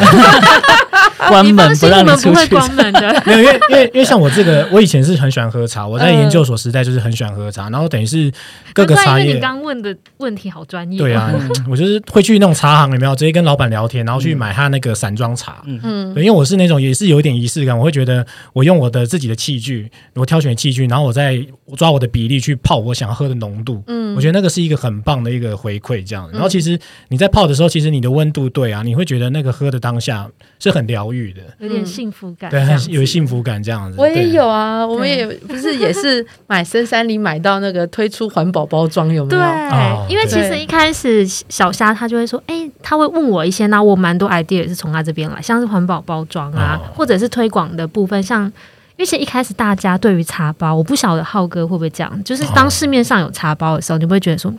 [SPEAKER 4] 关
[SPEAKER 3] 你放
[SPEAKER 4] 门不
[SPEAKER 3] 心，你
[SPEAKER 4] 让
[SPEAKER 3] 们
[SPEAKER 4] 出
[SPEAKER 3] 不会
[SPEAKER 4] 去。
[SPEAKER 3] 关门的。
[SPEAKER 1] 没有，因为因为因为像我这个，我以前是很喜欢喝茶，我在研究所时代就是很喜欢喝茶，然后等于是 各个
[SPEAKER 3] 嗯难
[SPEAKER 1] 茶
[SPEAKER 3] 怪因为
[SPEAKER 1] 叶
[SPEAKER 3] 你。刚问的问题好专业。
[SPEAKER 1] 对啊， 我就是会去那种茶行，有没有直接跟老板聊天，然后去买他那个散装茶。
[SPEAKER 2] 嗯，
[SPEAKER 1] 对，因为我是那种也是有一点仪式感，我会觉得我用我的自己的器具，我挑选器具，然后我再抓我的比例去泡我想要喝的浓度。嗯，我觉得那个是一个很棒的一个回馈，这
[SPEAKER 3] 嗯
[SPEAKER 1] 样。然后其实你在泡的时候，其实你的温度对啊，你会觉得那个喝的当下是很疗愈的，
[SPEAKER 3] 有点幸福感。
[SPEAKER 1] 对，
[SPEAKER 3] 这样子
[SPEAKER 1] 很有幸福感这样子。
[SPEAKER 2] 我也
[SPEAKER 1] 对
[SPEAKER 2] 有啊，我们也不是也是买深山里买到那个推出环保包装，有没
[SPEAKER 3] 对
[SPEAKER 2] 有？，
[SPEAKER 1] 哦
[SPEAKER 3] 因为其实
[SPEAKER 2] 对
[SPEAKER 3] 一开始小虾他就会说，哎、他会问我一些，那我蛮多 idea 也是从他这边来，像是环保包装啊，
[SPEAKER 1] 哦
[SPEAKER 3] 或者是推广的部分，像。因为其实一开始大家对于茶包，我不晓得浩哥会不会这样，就是当市面上有茶包的时候，你不会觉得说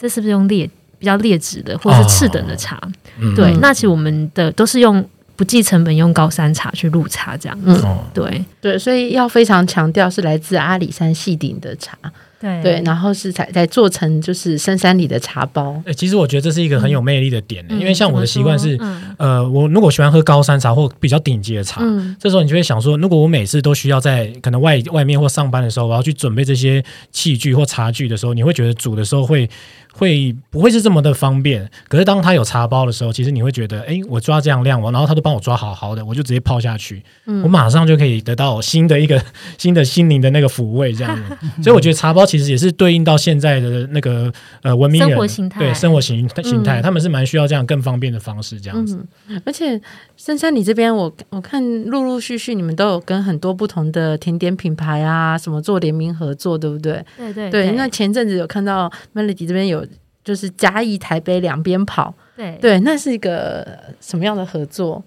[SPEAKER 3] 这是不是用劣比较劣质的或者是次等的茶？
[SPEAKER 1] 嗯
[SPEAKER 3] 对，
[SPEAKER 2] 嗯
[SPEAKER 3] 那其实我们的都是用不计成本用高山茶去入茶这样。
[SPEAKER 2] 嗯
[SPEAKER 1] 哦
[SPEAKER 3] 对
[SPEAKER 2] 对，所以要非常强调是来自阿里山细顶的茶，
[SPEAKER 3] 对
[SPEAKER 2] 对，然后是才才做成就是深山里的茶包。
[SPEAKER 1] 欸，其实我觉得这是一个很有魅力的点、欸
[SPEAKER 3] 嗯
[SPEAKER 1] 因为像我的习惯是
[SPEAKER 3] 怎，么说嗯
[SPEAKER 1] 呃，我如果喜欢喝高山茶或比较顶级的茶，
[SPEAKER 2] 嗯，
[SPEAKER 1] 这时候你就会想说，如果我每次都需要在可能外外面或上班的时候，我要去准备这些器具或茶具的时候，你会觉得煮的时候会会不会是这么的方便？可是当它有茶包的时候，其实你会觉得，哎，我抓这样量，然后它都帮我抓好好的，我就直接泡下去，
[SPEAKER 3] 嗯
[SPEAKER 1] 我马上就可以得到新的一个 新的心灵的那个抚慰， 这样子。所以我觉得茶包其实也是对应到现在的那个呃文明人
[SPEAKER 3] 生活形态嗯
[SPEAKER 1] 对生活形形态，他们是蛮需要这样更方便的方式，这样
[SPEAKER 2] 嗯
[SPEAKER 1] 子。
[SPEAKER 2] 而且深山里这边我，我看陆陆续续你们都有跟很多不同的甜点品牌啊，什么做联名合作，对不对？
[SPEAKER 3] 对对
[SPEAKER 2] 对，那前阵子有看到 Melody 这边有就是嘉义、台北两边跑，
[SPEAKER 3] 对
[SPEAKER 2] 对，那是一个呃什么样的合作？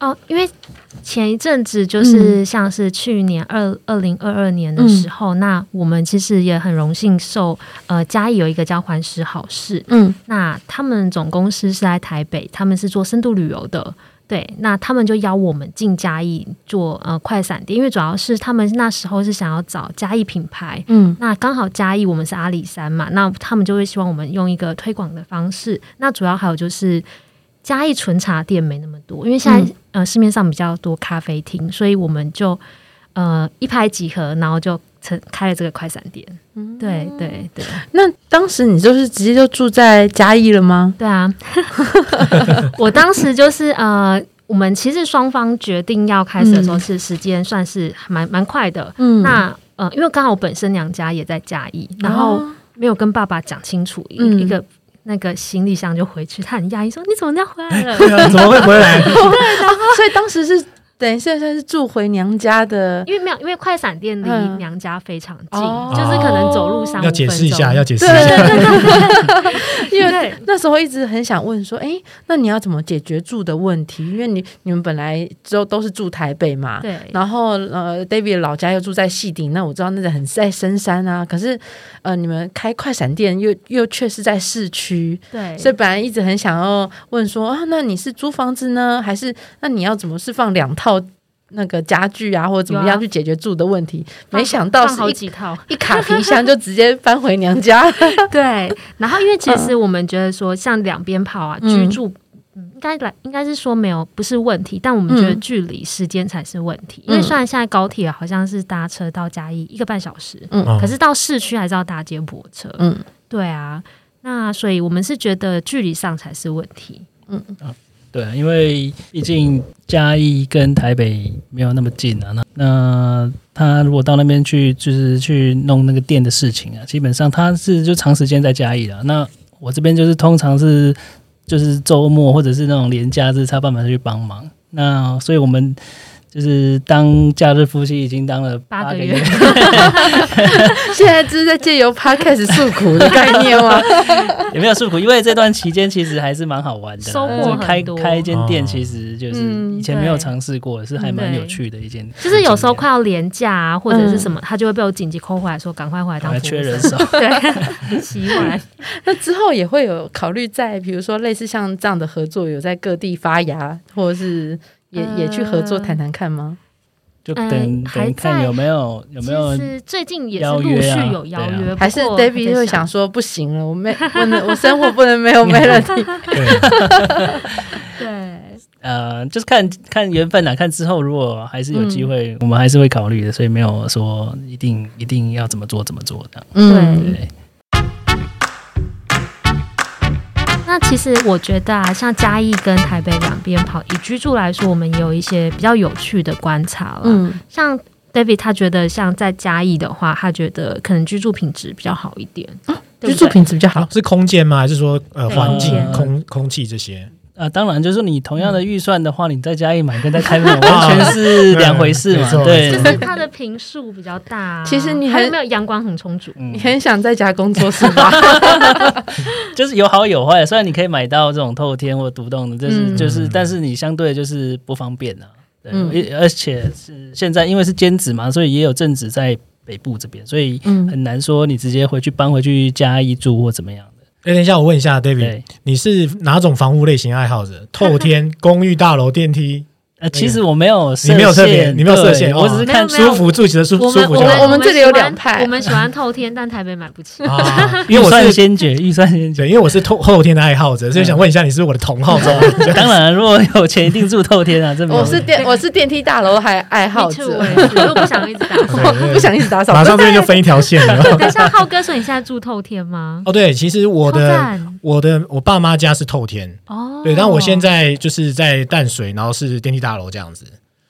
[SPEAKER 3] 哦，因为前一阵子就是像是去年二二零二二年的时候，那我们其实也很荣幸受呃嘉义有一个叫环石好事，
[SPEAKER 2] 嗯
[SPEAKER 3] 那他们总公司是在台北，他们是做深度旅游的。对，那他们就邀我们进嘉义做呃快闪店，因为主要是他们那时候是想要找嘉义品牌，
[SPEAKER 2] 嗯
[SPEAKER 3] 那刚好嘉义我们是阿里山嘛，那他们就会希望我们用一个推广的方式。那主要还有就是嘉义纯茶店没那么多，因为现在、
[SPEAKER 2] 嗯
[SPEAKER 3] 呃市面上比较多咖啡厅，所以我们就呃一拍即合，然后就成开了这个快闪店。对对对
[SPEAKER 2] 那当时你就是直接就住在嘉义了吗？
[SPEAKER 3] 对 啊！我当时就是呃，我们其实双方决定要开始的时候，
[SPEAKER 2] 嗯
[SPEAKER 3] 是时间算是蛮蛮快的。
[SPEAKER 2] 嗯
[SPEAKER 3] 那呃，因为刚好我本身娘家也在嘉义，然后。
[SPEAKER 2] 哦
[SPEAKER 3] 没有跟爸爸讲清楚，一、
[SPEAKER 2] 嗯
[SPEAKER 3] 一个那个行李箱就回去，他很讶异说：“你怎么这样回来了。
[SPEAKER 1] 对啊，怎么会回来？
[SPEAKER 2] 所以当时是等于现在是住回娘家的？”
[SPEAKER 3] 因为没有，因为快闪店离
[SPEAKER 2] 嗯
[SPEAKER 3] 娘家非常近，
[SPEAKER 2] 哦
[SPEAKER 3] 就是可能走路上
[SPEAKER 1] 要解释一下， 要解释
[SPEAKER 2] 对
[SPEAKER 1] 一下。
[SPEAKER 2] 对对对，因为
[SPEAKER 3] 对
[SPEAKER 2] 那时候一直很想问说，哎，那你要怎么解决住的问题？因为你你们本来都都是住台北嘛，
[SPEAKER 3] 对
[SPEAKER 2] 然后呃，David 老家又住在细顶，那我知道那个很在深山啊。可是呃，你们开快闪店又又却是在市区，
[SPEAKER 3] 对
[SPEAKER 2] 所以本来一直很想要问说啊，那你是租房子呢，还是那你要怎么是放两套那个家具啊，或者怎么
[SPEAKER 3] 有啊
[SPEAKER 2] 样去解决住的问题？
[SPEAKER 3] 放
[SPEAKER 2] 没想到
[SPEAKER 3] 放
[SPEAKER 2] 是
[SPEAKER 3] 好
[SPEAKER 2] 一
[SPEAKER 3] 几 套，
[SPEAKER 2] 一卡皮箱就直接搬回娘 家。
[SPEAKER 3] 对。然后因为其实我们觉得说，像两边跑啊，
[SPEAKER 2] 嗯
[SPEAKER 3] 居住。嗯，应该来应该是说没有不是问题，但我们觉得
[SPEAKER 2] 嗯
[SPEAKER 3] 距离时间才是问题。
[SPEAKER 2] 嗯
[SPEAKER 3] 因为虽然现在高铁好像是搭车到嘉义一个半小时，
[SPEAKER 1] 哦
[SPEAKER 4] 嗯
[SPEAKER 3] 可是到市区还是要搭接驳车。
[SPEAKER 2] 嗯
[SPEAKER 3] 对啊，那所以我们是觉得距离上才是问题。
[SPEAKER 4] 对，因为毕竟嘉义跟台北没有那么近啊，那那他如果到那边去，就是去弄那个店的事情啊，基本上他是就长时间在嘉义的啊、那我这边就是通常是就是周末或者是那种连假日，他爸爸去帮忙。那所以我们就是当假日夫妻已经当了
[SPEAKER 3] 八
[SPEAKER 4] 八
[SPEAKER 3] 个
[SPEAKER 4] 个
[SPEAKER 3] 月
[SPEAKER 4] 月，
[SPEAKER 2] 现在这是在借由 podcast 诉苦的概念吗？
[SPEAKER 4] 也没有诉苦，因为这段期间其实还是蛮好玩的啦，
[SPEAKER 3] 收获
[SPEAKER 4] 就是
[SPEAKER 3] 很
[SPEAKER 4] 开
[SPEAKER 3] 多
[SPEAKER 4] 开一间店，
[SPEAKER 1] 哦
[SPEAKER 4] 其实就是
[SPEAKER 2] 嗯
[SPEAKER 4] 以前没有
[SPEAKER 3] 对
[SPEAKER 4] 尝试过，是还蛮有趣的一件。
[SPEAKER 3] 就是有时候
[SPEAKER 4] 经验
[SPEAKER 3] 快要廉价啊，或者是什
[SPEAKER 2] 嗯
[SPEAKER 3] 么，他就会被我紧急扣回来说赶快回来当
[SPEAKER 4] 还
[SPEAKER 3] 服务
[SPEAKER 4] 缺人
[SPEAKER 3] 生
[SPEAKER 4] 手，
[SPEAKER 3] 对，洗碗。
[SPEAKER 2] 那之后也会有考虑在，比如说类似像这样的合作，有在各地发芽，或者是也、也去合作
[SPEAKER 3] 呃
[SPEAKER 2] 谈谈看吗？
[SPEAKER 4] 就
[SPEAKER 3] 呃
[SPEAKER 4] 等
[SPEAKER 3] 还
[SPEAKER 4] 等看
[SPEAKER 3] 呃在
[SPEAKER 4] 有没有 有没有
[SPEAKER 3] 其实最近也是
[SPEAKER 4] 邀
[SPEAKER 3] 陆
[SPEAKER 4] 约啊
[SPEAKER 3] 续有邀
[SPEAKER 4] 对啊
[SPEAKER 3] 约，
[SPEAKER 2] 还是
[SPEAKER 3] 不过在
[SPEAKER 2] David 会想说不行了，我没我能我生活不能 没有 melody。
[SPEAKER 1] 对，
[SPEAKER 3] 对，
[SPEAKER 4] 呃，就是看看缘分啦，啊看之后如果还是有机
[SPEAKER 3] 嗯
[SPEAKER 4] 会，我们还是会考虑的，所以没有说一定一定要怎么做怎么做的。
[SPEAKER 2] 嗯
[SPEAKER 4] 对，
[SPEAKER 3] 那其实我觉得啊，像嘉义跟台北两边跑，以居住来说，我们也有一些比较有趣的观察了。
[SPEAKER 2] 嗯
[SPEAKER 3] 像 David 他觉得，像在嘉义的话，他觉得可能居住品质比较好一点，对
[SPEAKER 2] 居
[SPEAKER 3] 不
[SPEAKER 2] 住
[SPEAKER 3] 对
[SPEAKER 2] 品质比较好
[SPEAKER 1] 好。是空间吗？还是说呃
[SPEAKER 3] 对
[SPEAKER 1] 环境
[SPEAKER 4] 空、间
[SPEAKER 1] 空空气这些？
[SPEAKER 4] 啊，当然就是你同样的预算的话，你在嘉义买跟在台北 买完全是两回事 嘛
[SPEAKER 1] 没。错
[SPEAKER 4] 对
[SPEAKER 3] 就
[SPEAKER 1] 没，
[SPEAKER 3] 是它的平数比较大啊、
[SPEAKER 2] 其实你很
[SPEAKER 3] 还有没有阳光很充足？
[SPEAKER 4] 嗯
[SPEAKER 2] 你很想在家工作是 吧？
[SPEAKER 4] 就是有好有坏。虽然你可以买到这种透天或独栋的，就是
[SPEAKER 2] 嗯
[SPEAKER 4] 就是，但是你相对就是不方便啊。对，
[SPEAKER 2] 嗯
[SPEAKER 4] 而而且是现在因为是兼职嘛，所以也有正职在北部这边，所以
[SPEAKER 2] 嗯，
[SPEAKER 4] 很难说你直接回去搬回去嘉义住或怎么样的。
[SPEAKER 1] 哎，等一下，我问一下 David，
[SPEAKER 4] 对，
[SPEAKER 1] 你是哪种房屋类型爱好者？ 透天、公寓、大楼、电梯？
[SPEAKER 4] 呃，其实我没有
[SPEAKER 1] 你
[SPEAKER 4] 设限，
[SPEAKER 1] 没有特别你没有设限
[SPEAKER 4] 对
[SPEAKER 1] 哦
[SPEAKER 4] 我只是看
[SPEAKER 3] 没有
[SPEAKER 1] 舒服，住起来舒
[SPEAKER 3] 我
[SPEAKER 1] 舒
[SPEAKER 3] 们
[SPEAKER 1] 服就
[SPEAKER 2] 我
[SPEAKER 1] 好
[SPEAKER 2] 们这里有
[SPEAKER 3] 喜欢
[SPEAKER 2] 两派
[SPEAKER 3] 我们喜欢透天，但台北买不 起。
[SPEAKER 1] 啊。因
[SPEAKER 4] 预
[SPEAKER 1] 为我
[SPEAKER 4] 算
[SPEAKER 1] 是
[SPEAKER 4] 先决，预算先决。
[SPEAKER 1] 对，因为我是透后天的爱好者，所以想问一下，你是不是我的同好 者？
[SPEAKER 4] 当然，如果有钱一定住透天啊，这没有
[SPEAKER 2] 我
[SPEAKER 4] 问题。
[SPEAKER 2] 是电我是电梯大楼还爱好
[SPEAKER 3] Me too，我
[SPEAKER 2] 者，
[SPEAKER 3] 也是，因为我不想一直打 扫。
[SPEAKER 1] 对对
[SPEAKER 2] 不想一直打扫。
[SPEAKER 1] 马上这边就分一条线 了。
[SPEAKER 3] 等一下，浩哥说你现在住透天吗？
[SPEAKER 1] 哦，对，其实我
[SPEAKER 3] 超
[SPEAKER 1] 的
[SPEAKER 3] 赞
[SPEAKER 1] 我的我爸妈家是透天，
[SPEAKER 3] 哦，
[SPEAKER 1] 对，但我现在就是在淡水，然后是电梯大楼这样子。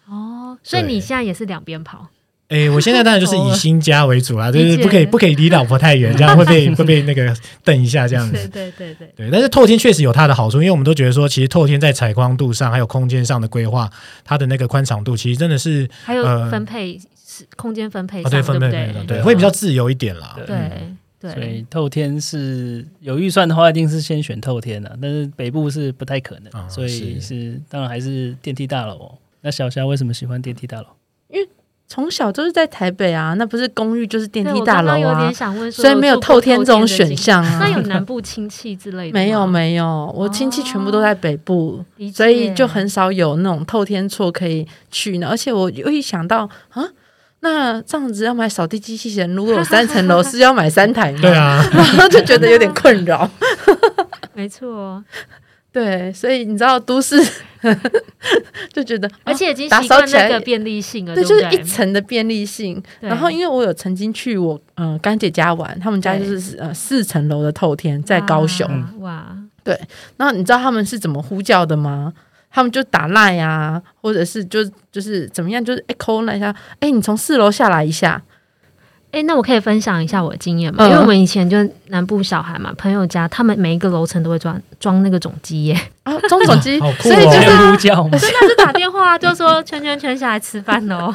[SPEAKER 3] 哦，所以
[SPEAKER 1] 对
[SPEAKER 3] 你现在也是两边跑，
[SPEAKER 1] 诶，哎我现在当然就是 以新家为主啦，就
[SPEAKER 3] 理
[SPEAKER 1] 是
[SPEAKER 3] 解
[SPEAKER 1] 不可以不可以离老婆太远，这样会被 会被那个瞪一下这样
[SPEAKER 3] 对
[SPEAKER 1] 子。
[SPEAKER 3] 对对对，
[SPEAKER 1] 对，但是透天确实有它的好处，因为我们都觉得说，其实透天在采光度上还有空间上的规划，它的那个宽敞度其实真的是
[SPEAKER 3] 还有
[SPEAKER 1] 呃
[SPEAKER 3] 分配是空间分配
[SPEAKER 1] 啊，
[SPEAKER 3] 上，
[SPEAKER 1] 对
[SPEAKER 3] 对
[SPEAKER 1] 分配分
[SPEAKER 3] 不
[SPEAKER 1] 配上
[SPEAKER 4] 啊
[SPEAKER 3] 对？
[SPEAKER 1] 对，会比较自由一点啦。
[SPEAKER 4] 对
[SPEAKER 3] 对，
[SPEAKER 4] 所
[SPEAKER 3] 对
[SPEAKER 4] 以透天是有预算的话，一定是先选透天的、啊但是北部是不太可能，
[SPEAKER 1] 啊
[SPEAKER 4] 所以
[SPEAKER 1] 是
[SPEAKER 4] 是当然还是电梯大楼哦、那小霞为什么喜欢电梯大楼？
[SPEAKER 2] 从小都是在台北啊，那不是公寓就是电
[SPEAKER 3] 对
[SPEAKER 2] 梯
[SPEAKER 3] 我
[SPEAKER 2] 大
[SPEAKER 3] 刚刚
[SPEAKER 2] 楼
[SPEAKER 3] 有
[SPEAKER 2] 啊
[SPEAKER 3] 点，想问说，
[SPEAKER 2] 所以没有
[SPEAKER 3] 透
[SPEAKER 2] 透天这种选项啊
[SPEAKER 3] 那有 南部亲戚之类的吗？哦
[SPEAKER 2] 没有没有，我亲戚全部都在北部，
[SPEAKER 3] 理解，
[SPEAKER 2] 所以就很少有那种透天厝可以去呢。而且我又一想到啊，那这样子要买扫地机器人，如果有三层楼是要买三台吗？
[SPEAKER 1] 对，啊，
[SPEAKER 2] 然后 就觉得有点困扰。
[SPEAKER 3] 没错，哦
[SPEAKER 2] 啊对，所以你知道都市 就觉得，
[SPEAKER 3] 而且已经
[SPEAKER 2] 打
[SPEAKER 3] 习
[SPEAKER 2] 扫
[SPEAKER 3] 惯
[SPEAKER 2] 起来
[SPEAKER 3] 那个便利性了，
[SPEAKER 2] 啊
[SPEAKER 3] 对
[SPEAKER 2] 对，
[SPEAKER 3] 不
[SPEAKER 2] 就
[SPEAKER 3] 对，
[SPEAKER 2] 是一层的便利性。
[SPEAKER 3] 对
[SPEAKER 2] 然后因为我有曾经去我嗯、呃干姐家玩，他们家就是呃四层楼的透天在高雄，嗯
[SPEAKER 3] 哇啊哇，
[SPEAKER 2] 然后你知道他们是怎么呼叫的吗？他们就打赖啊，或者是就就是怎么样，就是 echo 那一下，哎、你从四楼下来一下，
[SPEAKER 3] 哎、那我可以分享一下我的经验吗？
[SPEAKER 2] 嗯
[SPEAKER 3] 因为我们以前就是南部小孩嘛，朋友家他们每一个楼层都会装装那个总机耶，
[SPEAKER 2] 啊，中手机，
[SPEAKER 1] 好酷
[SPEAKER 2] 所以就
[SPEAKER 1] 哦
[SPEAKER 2] 是啊
[SPEAKER 4] 呼叫吗？
[SPEAKER 3] 真的是打电 话就说圈圈圈下来吃饭喽。
[SPEAKER 2] 哦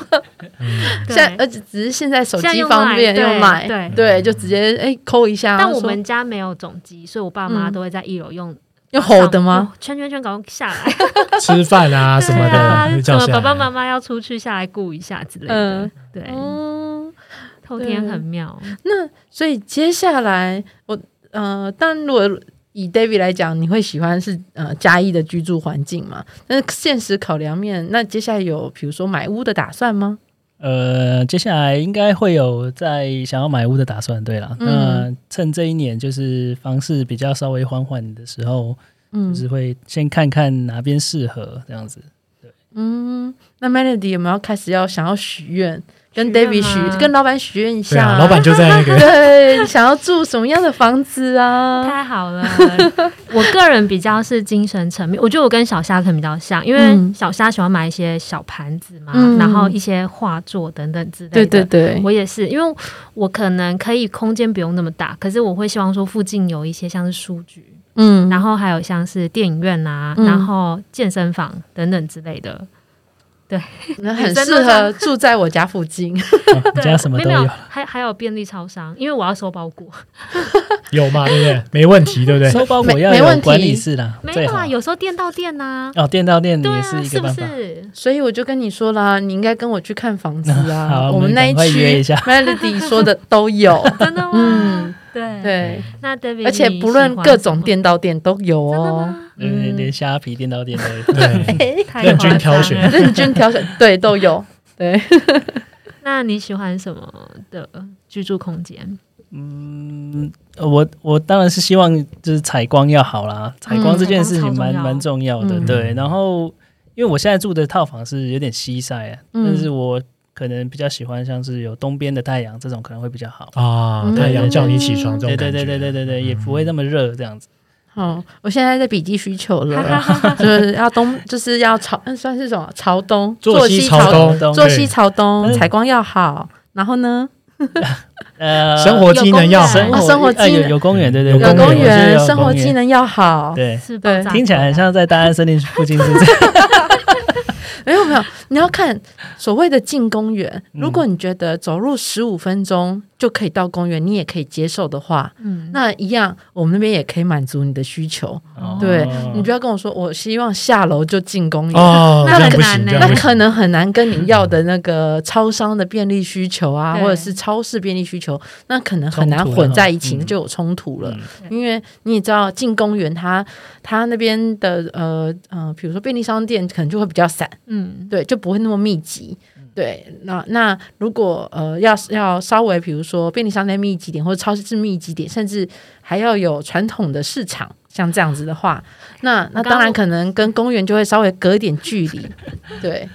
[SPEAKER 2] 现在，
[SPEAKER 3] 对，
[SPEAKER 2] 而且只是现在手
[SPEAKER 3] 现在
[SPEAKER 2] 机
[SPEAKER 3] 用
[SPEAKER 2] 方便
[SPEAKER 3] Line，
[SPEAKER 2] 用买，
[SPEAKER 3] 对
[SPEAKER 2] 对，就直接哎抠一下。
[SPEAKER 3] 但我
[SPEAKER 2] 说嗯
[SPEAKER 3] 们家没有总机，所以我爸妈都会在一楼用
[SPEAKER 2] 用吼的吗？？
[SPEAKER 3] 用哦圈圈圈赶快下 来，
[SPEAKER 1] 吃饭啊什么
[SPEAKER 3] 对啊
[SPEAKER 1] 的，就
[SPEAKER 3] 什
[SPEAKER 1] 叫
[SPEAKER 3] 么
[SPEAKER 1] 下
[SPEAKER 3] 爸
[SPEAKER 1] 来
[SPEAKER 3] 爸妈妈要出去下来顾一下之类的。
[SPEAKER 2] 嗯
[SPEAKER 3] 对，
[SPEAKER 2] 嗯，
[SPEAKER 3] 透天很妙。
[SPEAKER 2] 那所以接下来我呃，但如果以 David 来讲，你会喜欢是呃嘉义的居住环境嘛？但是现实考量面，那接下来有比如说买屋的打算吗？
[SPEAKER 4] 呃，接下来应该会有在想要买屋的打算，对啦。
[SPEAKER 2] 嗯
[SPEAKER 4] 那趁这一年就是房市比较稍微缓缓的时候，
[SPEAKER 2] 嗯
[SPEAKER 4] 就是会先看看哪边适合这 样子。
[SPEAKER 2] 嗯，那 Melody 有没有开始要想要许愿，跟
[SPEAKER 3] 许愿
[SPEAKER 2] David 许
[SPEAKER 3] 吗
[SPEAKER 2] 跟老板许愿一
[SPEAKER 1] 对
[SPEAKER 2] 下、
[SPEAKER 1] 啊，老板就在那 个
[SPEAKER 2] 对，想要住什么样的房子啊？
[SPEAKER 3] 太好 了！我个人比较是精神层面，我觉得我跟小虾可能比较像，因为
[SPEAKER 2] 嗯
[SPEAKER 3] 小虾喜欢买一些小盘子嘛，
[SPEAKER 2] 嗯
[SPEAKER 3] 然后一些画作等等之类
[SPEAKER 2] 对
[SPEAKER 3] 的。
[SPEAKER 2] 对对，
[SPEAKER 3] 我也是，因为我可能可以空间不用那么大，可是我会希望说附近有一些像是书局，
[SPEAKER 2] 嗯，
[SPEAKER 3] 然后还有像是电影院啊，
[SPEAKER 2] 嗯
[SPEAKER 3] 然后健身房等等之类的。
[SPEAKER 2] 那很适合住在我家附近。
[SPEAKER 4] 啊你家什么
[SPEAKER 3] 没
[SPEAKER 4] 都
[SPEAKER 3] 有，没
[SPEAKER 4] 有
[SPEAKER 3] 有，还还有便利超商，因为我要收包 裹。
[SPEAKER 1] 有嘛，对不 对？没问题，对不对？
[SPEAKER 4] 收包裹
[SPEAKER 2] 没
[SPEAKER 4] 要
[SPEAKER 2] 没问
[SPEAKER 4] 有
[SPEAKER 2] 题
[SPEAKER 4] 管理室啦，
[SPEAKER 3] 没
[SPEAKER 4] 最
[SPEAKER 3] 有
[SPEAKER 4] 好
[SPEAKER 3] 啊，有时候店到店呐、
[SPEAKER 4] 哦，店到店
[SPEAKER 3] 对
[SPEAKER 4] 也
[SPEAKER 3] 啊，
[SPEAKER 4] 是一
[SPEAKER 3] 是
[SPEAKER 4] 个
[SPEAKER 3] 不
[SPEAKER 4] 办法。
[SPEAKER 3] 是？
[SPEAKER 2] 所以我就跟你说啦，你应该跟我去看房子啊。
[SPEAKER 4] 好
[SPEAKER 2] 我们那
[SPEAKER 4] 我们赶快约
[SPEAKER 2] 区
[SPEAKER 4] 一下
[SPEAKER 2] Melody 说的都有，
[SPEAKER 3] 真的吗？
[SPEAKER 2] 嗯，
[SPEAKER 3] 对。
[SPEAKER 2] 对，
[SPEAKER 3] 那 David，
[SPEAKER 2] 而且不论各种店到店都有
[SPEAKER 3] 你喜
[SPEAKER 2] 哦
[SPEAKER 3] 欢什么，真的，吗？
[SPEAKER 4] 对对，
[SPEAKER 2] 嗯
[SPEAKER 4] 连虾皮店到店都有。
[SPEAKER 1] 对，
[SPEAKER 3] 哎太
[SPEAKER 1] 任君
[SPEAKER 3] 夸张
[SPEAKER 1] 挑选
[SPEAKER 3] 了
[SPEAKER 2] 认真挑选，对，都有。对，
[SPEAKER 3] 那你喜欢什么的居住空间？
[SPEAKER 4] 嗯，我我当然是希望就是采光要好啦，采光这件事情蛮
[SPEAKER 3] 采光超重要
[SPEAKER 4] 蛮、重要的，
[SPEAKER 2] 嗯
[SPEAKER 4] 对。然后因为我现在住的套房是有点西晒、啊，
[SPEAKER 2] 嗯
[SPEAKER 4] 但是我可能比较喜欢像是有东边的太阳这种可能会比较好。
[SPEAKER 1] 啊，
[SPEAKER 3] 嗯
[SPEAKER 1] 太阳叫你起床这
[SPEAKER 4] 对
[SPEAKER 1] 种感
[SPEAKER 4] 对对对
[SPEAKER 1] 觉，嗯
[SPEAKER 4] 对对对，也不会那么热这样子。
[SPEAKER 2] 好，我现在在笔记需求了，就是要东，就是要朝，嗯算是什么？朝东，
[SPEAKER 1] 作息朝
[SPEAKER 4] 东
[SPEAKER 1] 东，
[SPEAKER 2] 作息朝
[SPEAKER 4] 对嗯
[SPEAKER 2] 东，采光要好。然后呢，
[SPEAKER 4] 呃，
[SPEAKER 1] 生活技能要
[SPEAKER 3] 有公
[SPEAKER 4] 生
[SPEAKER 3] 园
[SPEAKER 4] 活、
[SPEAKER 2] 啊生活
[SPEAKER 4] 呃
[SPEAKER 2] 技能
[SPEAKER 4] 有有公园，对对
[SPEAKER 1] 有
[SPEAKER 4] 对
[SPEAKER 2] 有
[SPEAKER 1] 公
[SPEAKER 2] 公
[SPEAKER 1] 园
[SPEAKER 2] 园，
[SPEAKER 4] 我觉得有
[SPEAKER 2] 生活
[SPEAKER 4] 公园
[SPEAKER 2] 技能要好。
[SPEAKER 4] 对。
[SPEAKER 3] 是爆炸
[SPEAKER 4] 听起来很像在大安森林附近是这样。
[SPEAKER 2] 没有没有，你要看所谓的进公园。
[SPEAKER 4] 嗯
[SPEAKER 2] 如果你觉得走路十五分钟就可以到公园，你也可以接受的话，
[SPEAKER 3] 嗯，
[SPEAKER 2] 那一样我们那边也可以满足你的需求。
[SPEAKER 4] 哦
[SPEAKER 2] 对你不要跟我说我希望下楼就进公园，
[SPEAKER 1] 哦，
[SPEAKER 3] 嗯那
[SPEAKER 1] 这样
[SPEAKER 3] 很
[SPEAKER 1] 不
[SPEAKER 3] 难
[SPEAKER 4] 嗯
[SPEAKER 1] 行，
[SPEAKER 3] 呢
[SPEAKER 1] 这样
[SPEAKER 2] 那
[SPEAKER 1] 不
[SPEAKER 2] 可
[SPEAKER 1] 行。
[SPEAKER 2] 能很难跟你要的那个超商的便利需求啊，
[SPEAKER 3] 对
[SPEAKER 2] 或者是超市便利需求，那可能很
[SPEAKER 4] 冲突
[SPEAKER 2] 难
[SPEAKER 4] 了
[SPEAKER 2] 混
[SPEAKER 4] 哈
[SPEAKER 2] 在一起，
[SPEAKER 4] 嗯
[SPEAKER 2] 那就有冲突了。
[SPEAKER 4] 嗯
[SPEAKER 2] 因为你也知道，进公园它它那边的呃呃，比如说便利商店可能就会比较散，
[SPEAKER 3] 嗯，
[SPEAKER 2] 对，就不会那么密集。
[SPEAKER 4] 嗯
[SPEAKER 2] 对，那那如果呃要要稍微，比如说便利商店密集点，或者超市密集点，甚至还要有传统的市场，像这样子的话，那那
[SPEAKER 3] 我刚
[SPEAKER 2] 当然可能跟公园就会稍微隔一点距 离。对，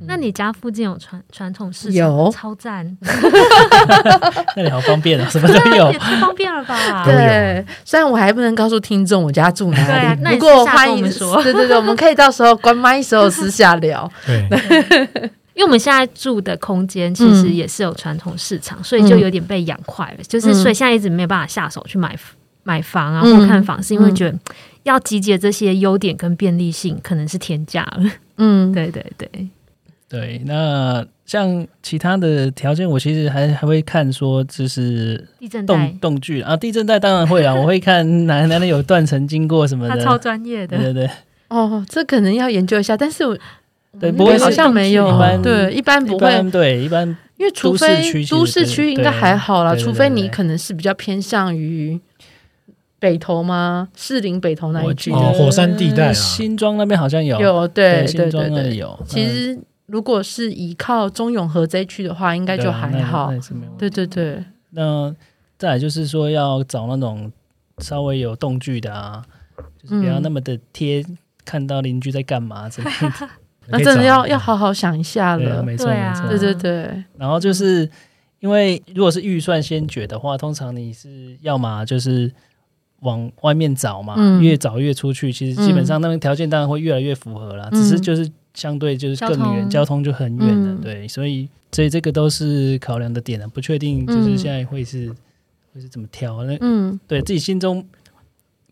[SPEAKER 4] 嗯
[SPEAKER 3] 那你家附近有传传统市场？
[SPEAKER 2] 有
[SPEAKER 3] 超 赞，
[SPEAKER 4] 那里好方便啊，什么都 有
[SPEAKER 3] 也。太方便了
[SPEAKER 4] 啊
[SPEAKER 3] 吧？
[SPEAKER 1] 都有
[SPEAKER 2] 啊对，虽然我还不能告诉听众我家住
[SPEAKER 3] 对
[SPEAKER 2] 哪
[SPEAKER 3] 啊
[SPEAKER 2] 里，
[SPEAKER 3] 那
[SPEAKER 2] 不
[SPEAKER 3] 你
[SPEAKER 2] 过
[SPEAKER 3] 私下跟
[SPEAKER 2] 欢
[SPEAKER 3] 我们
[SPEAKER 2] 迎
[SPEAKER 3] 说
[SPEAKER 2] 对对对，我们可以到时候关麦时候私下 聊。
[SPEAKER 1] 对，
[SPEAKER 3] 因为我们现在住的空间其
[SPEAKER 2] 嗯
[SPEAKER 3] 实也是有传统市场，所以就有点被养坏了。就是所以现在一直没有办法下手去买买房啊、
[SPEAKER 2] 嗯
[SPEAKER 3] 或看房，是因为觉得要集结这些优点跟便利性，可能是天价了。
[SPEAKER 2] 嗯，
[SPEAKER 3] 对对对，
[SPEAKER 4] 对，那像其他的条件，我其实还还会看说，就是
[SPEAKER 3] 地震带
[SPEAKER 4] 动，动距啊，地震带当然会啊，我会看哪 哪里有断层经过什么
[SPEAKER 3] 他超
[SPEAKER 4] 的。
[SPEAKER 3] 专业
[SPEAKER 4] 对
[SPEAKER 3] 的，
[SPEAKER 4] 对对，
[SPEAKER 2] 哦，这可能要研究一下，但是我
[SPEAKER 4] 对，
[SPEAKER 2] 嗯
[SPEAKER 4] 不会
[SPEAKER 2] 好像没有
[SPEAKER 4] 一般，
[SPEAKER 2] 对，一般不
[SPEAKER 4] 一
[SPEAKER 2] 会
[SPEAKER 4] 般，对一般
[SPEAKER 2] 因为除
[SPEAKER 4] 都
[SPEAKER 2] 非
[SPEAKER 4] 市区其实
[SPEAKER 2] 都市区应该还好啦，
[SPEAKER 4] 对对对
[SPEAKER 2] 除非你可能是比较偏向于北投吗？士林北投那一
[SPEAKER 4] 我
[SPEAKER 2] 区
[SPEAKER 4] 记
[SPEAKER 2] 的
[SPEAKER 4] 得
[SPEAKER 1] 哦火山地带啊
[SPEAKER 4] 新庄那边好像有，
[SPEAKER 2] 有，对对
[SPEAKER 4] 新
[SPEAKER 2] 对
[SPEAKER 4] 庄那里
[SPEAKER 2] 对。
[SPEAKER 4] 有。
[SPEAKER 2] 其
[SPEAKER 4] 嗯
[SPEAKER 2] 实如果是依靠中永和这一区的话，应该
[SPEAKER 4] 对
[SPEAKER 2] 就
[SPEAKER 4] 啊
[SPEAKER 2] 还
[SPEAKER 4] 那
[SPEAKER 2] 好
[SPEAKER 4] 那。也是没有问题
[SPEAKER 2] 对对对，
[SPEAKER 4] 那再来就是说要找那种稍微有动距的啊，就是不要
[SPEAKER 2] 嗯
[SPEAKER 4] 那么的贴，看到邻居在干嘛之类 的。
[SPEAKER 2] 那真的要要
[SPEAKER 1] 好。
[SPEAKER 2] 好好想一下
[SPEAKER 4] 对，
[SPEAKER 2] 了。
[SPEAKER 4] 没错
[SPEAKER 3] 对
[SPEAKER 4] 没
[SPEAKER 3] 啊
[SPEAKER 4] 错。
[SPEAKER 2] 对对对，
[SPEAKER 4] 然后就是因为如果是预算先决的话，通常你是要么就是往外面找嘛，
[SPEAKER 2] 嗯
[SPEAKER 4] 越早越出去，其实基本上那个条件当然会越来越符合啦。
[SPEAKER 2] 嗯
[SPEAKER 4] 只是就是相对就是更远，
[SPEAKER 3] 交
[SPEAKER 4] 交通就很远了，
[SPEAKER 2] 嗯
[SPEAKER 4] 对，所以所以这个都是考量的点啊，不确定就是
[SPEAKER 2] 嗯
[SPEAKER 4] 现在会是、会是怎么挑，那
[SPEAKER 2] 嗯
[SPEAKER 4] 对自己心中。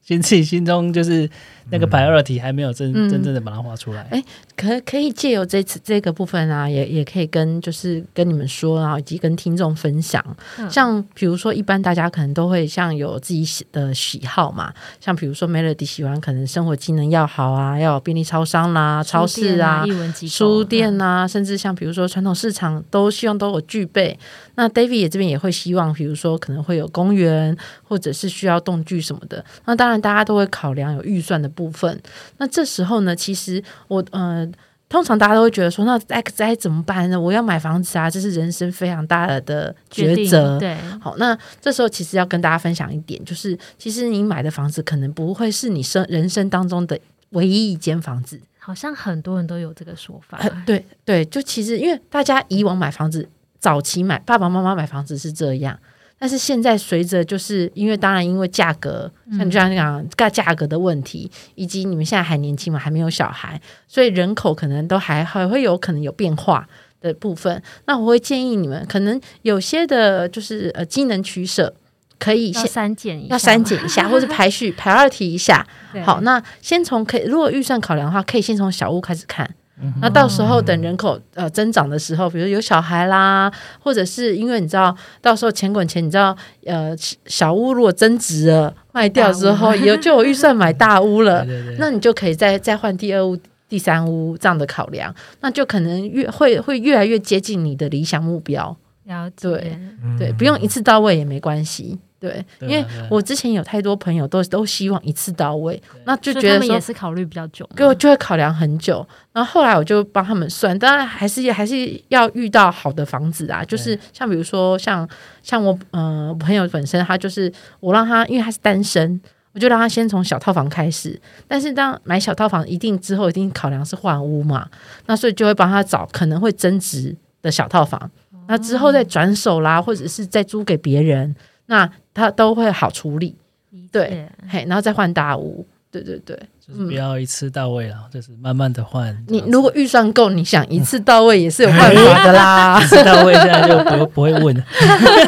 [SPEAKER 4] 先自己心中就是那个 priority 还没有真、
[SPEAKER 2] 嗯
[SPEAKER 4] 真正的把它画出来，
[SPEAKER 2] 哎可可以借由这次这个部分啊，也也可以跟就是跟你们说啊，以及跟听众分享。
[SPEAKER 3] 嗯
[SPEAKER 2] 像比如说，一般大家可能都会像有自己喜的喜好嘛，像比如说 Melody 喜欢可能生活机能要好啊，要有便利超商啦、超市啊
[SPEAKER 3] 书店。艺文机构嗯
[SPEAKER 2] 书店啊，甚至像比如说传统市场，都希望都有具备。那 David 也这边也会希望，比如说可能会有公园，或者是需要动具什么的。那当然，大家都会考量有预算的部分。那这时候呢，其实我呃，通常大家都会觉得说，那 X 该怎么办呢？我要买房子啊，这是人生非常大的的
[SPEAKER 3] 决
[SPEAKER 2] 抉
[SPEAKER 3] 定
[SPEAKER 2] 择。
[SPEAKER 3] 对，
[SPEAKER 2] 好，那这时候其实要跟大家分享一点，就是其实你买的房子可能不会是你生人生当中的唯一一间房子。
[SPEAKER 3] 好像很多人都有这个说法，
[SPEAKER 2] 呃对对，就其实因为大家以往买房子，早期买爸爸妈妈买房子是这样。但是现在随着就是因为当然因为价格，像你这样
[SPEAKER 3] 嗯
[SPEAKER 2] 讲价价格的问题，以及你们现在还年轻嘛，还没有小孩，所以人口可能都还还会有可能有变化的部分。那我会建议你们，可能有些的就是呃机能取舍可以
[SPEAKER 3] 要
[SPEAKER 2] 先
[SPEAKER 3] 删减一下，
[SPEAKER 2] 要删减一下，或是排序排二题一下。
[SPEAKER 3] 对
[SPEAKER 2] 好，那先从可以，如果预算考量的话，可以先从小屋开始看。
[SPEAKER 3] 嗯
[SPEAKER 2] 那到时候等人口呃增长的时候，比如有小孩啦，或者是因为你知道，到时候钱滚钱，你知道，呃，小屋如果增值了，卖掉之后，也就有预算买大屋了
[SPEAKER 4] 对。对对，
[SPEAKER 2] 那你就可以再再换第二屋、第三屋这样的考量，那就可能越会会越来越接近你的理想目标。
[SPEAKER 3] 了解，
[SPEAKER 2] 对
[SPEAKER 3] 嗯
[SPEAKER 2] 对，不用一次到位也没关系。对，
[SPEAKER 4] 对啊
[SPEAKER 2] 因为
[SPEAKER 4] 对啊
[SPEAKER 2] 我之前有太多朋友都都希望一次到位，那就
[SPEAKER 3] 所以
[SPEAKER 2] 觉
[SPEAKER 3] 他
[SPEAKER 2] 得
[SPEAKER 3] 们
[SPEAKER 2] 说
[SPEAKER 3] 也是考虑比较久嘛，
[SPEAKER 2] 给我就会考量很久，然后后来我就帮他们算，当然还是还是要遇到好的房子啊，就是像比如说像像我呃我朋友本身他就是我让他，因为他是单身，我就让他先从小套房开始，但是当买小套房一定之后一定考量是换屋嘛，那所以就会帮他找可能会增值的小套房，那之后再转手啦，或者是再租给别人，那他都会好处理，
[SPEAKER 3] 理解
[SPEAKER 2] 对，嘿，然后再换大屋，对对对。
[SPEAKER 3] 嗯
[SPEAKER 4] 就是不要一次到位了，就是慢慢的换。
[SPEAKER 2] 你
[SPEAKER 4] 这样子
[SPEAKER 2] 如果预算够，你想一次到位也是有办法的啦。
[SPEAKER 4] 知道我现在就不不会问 了。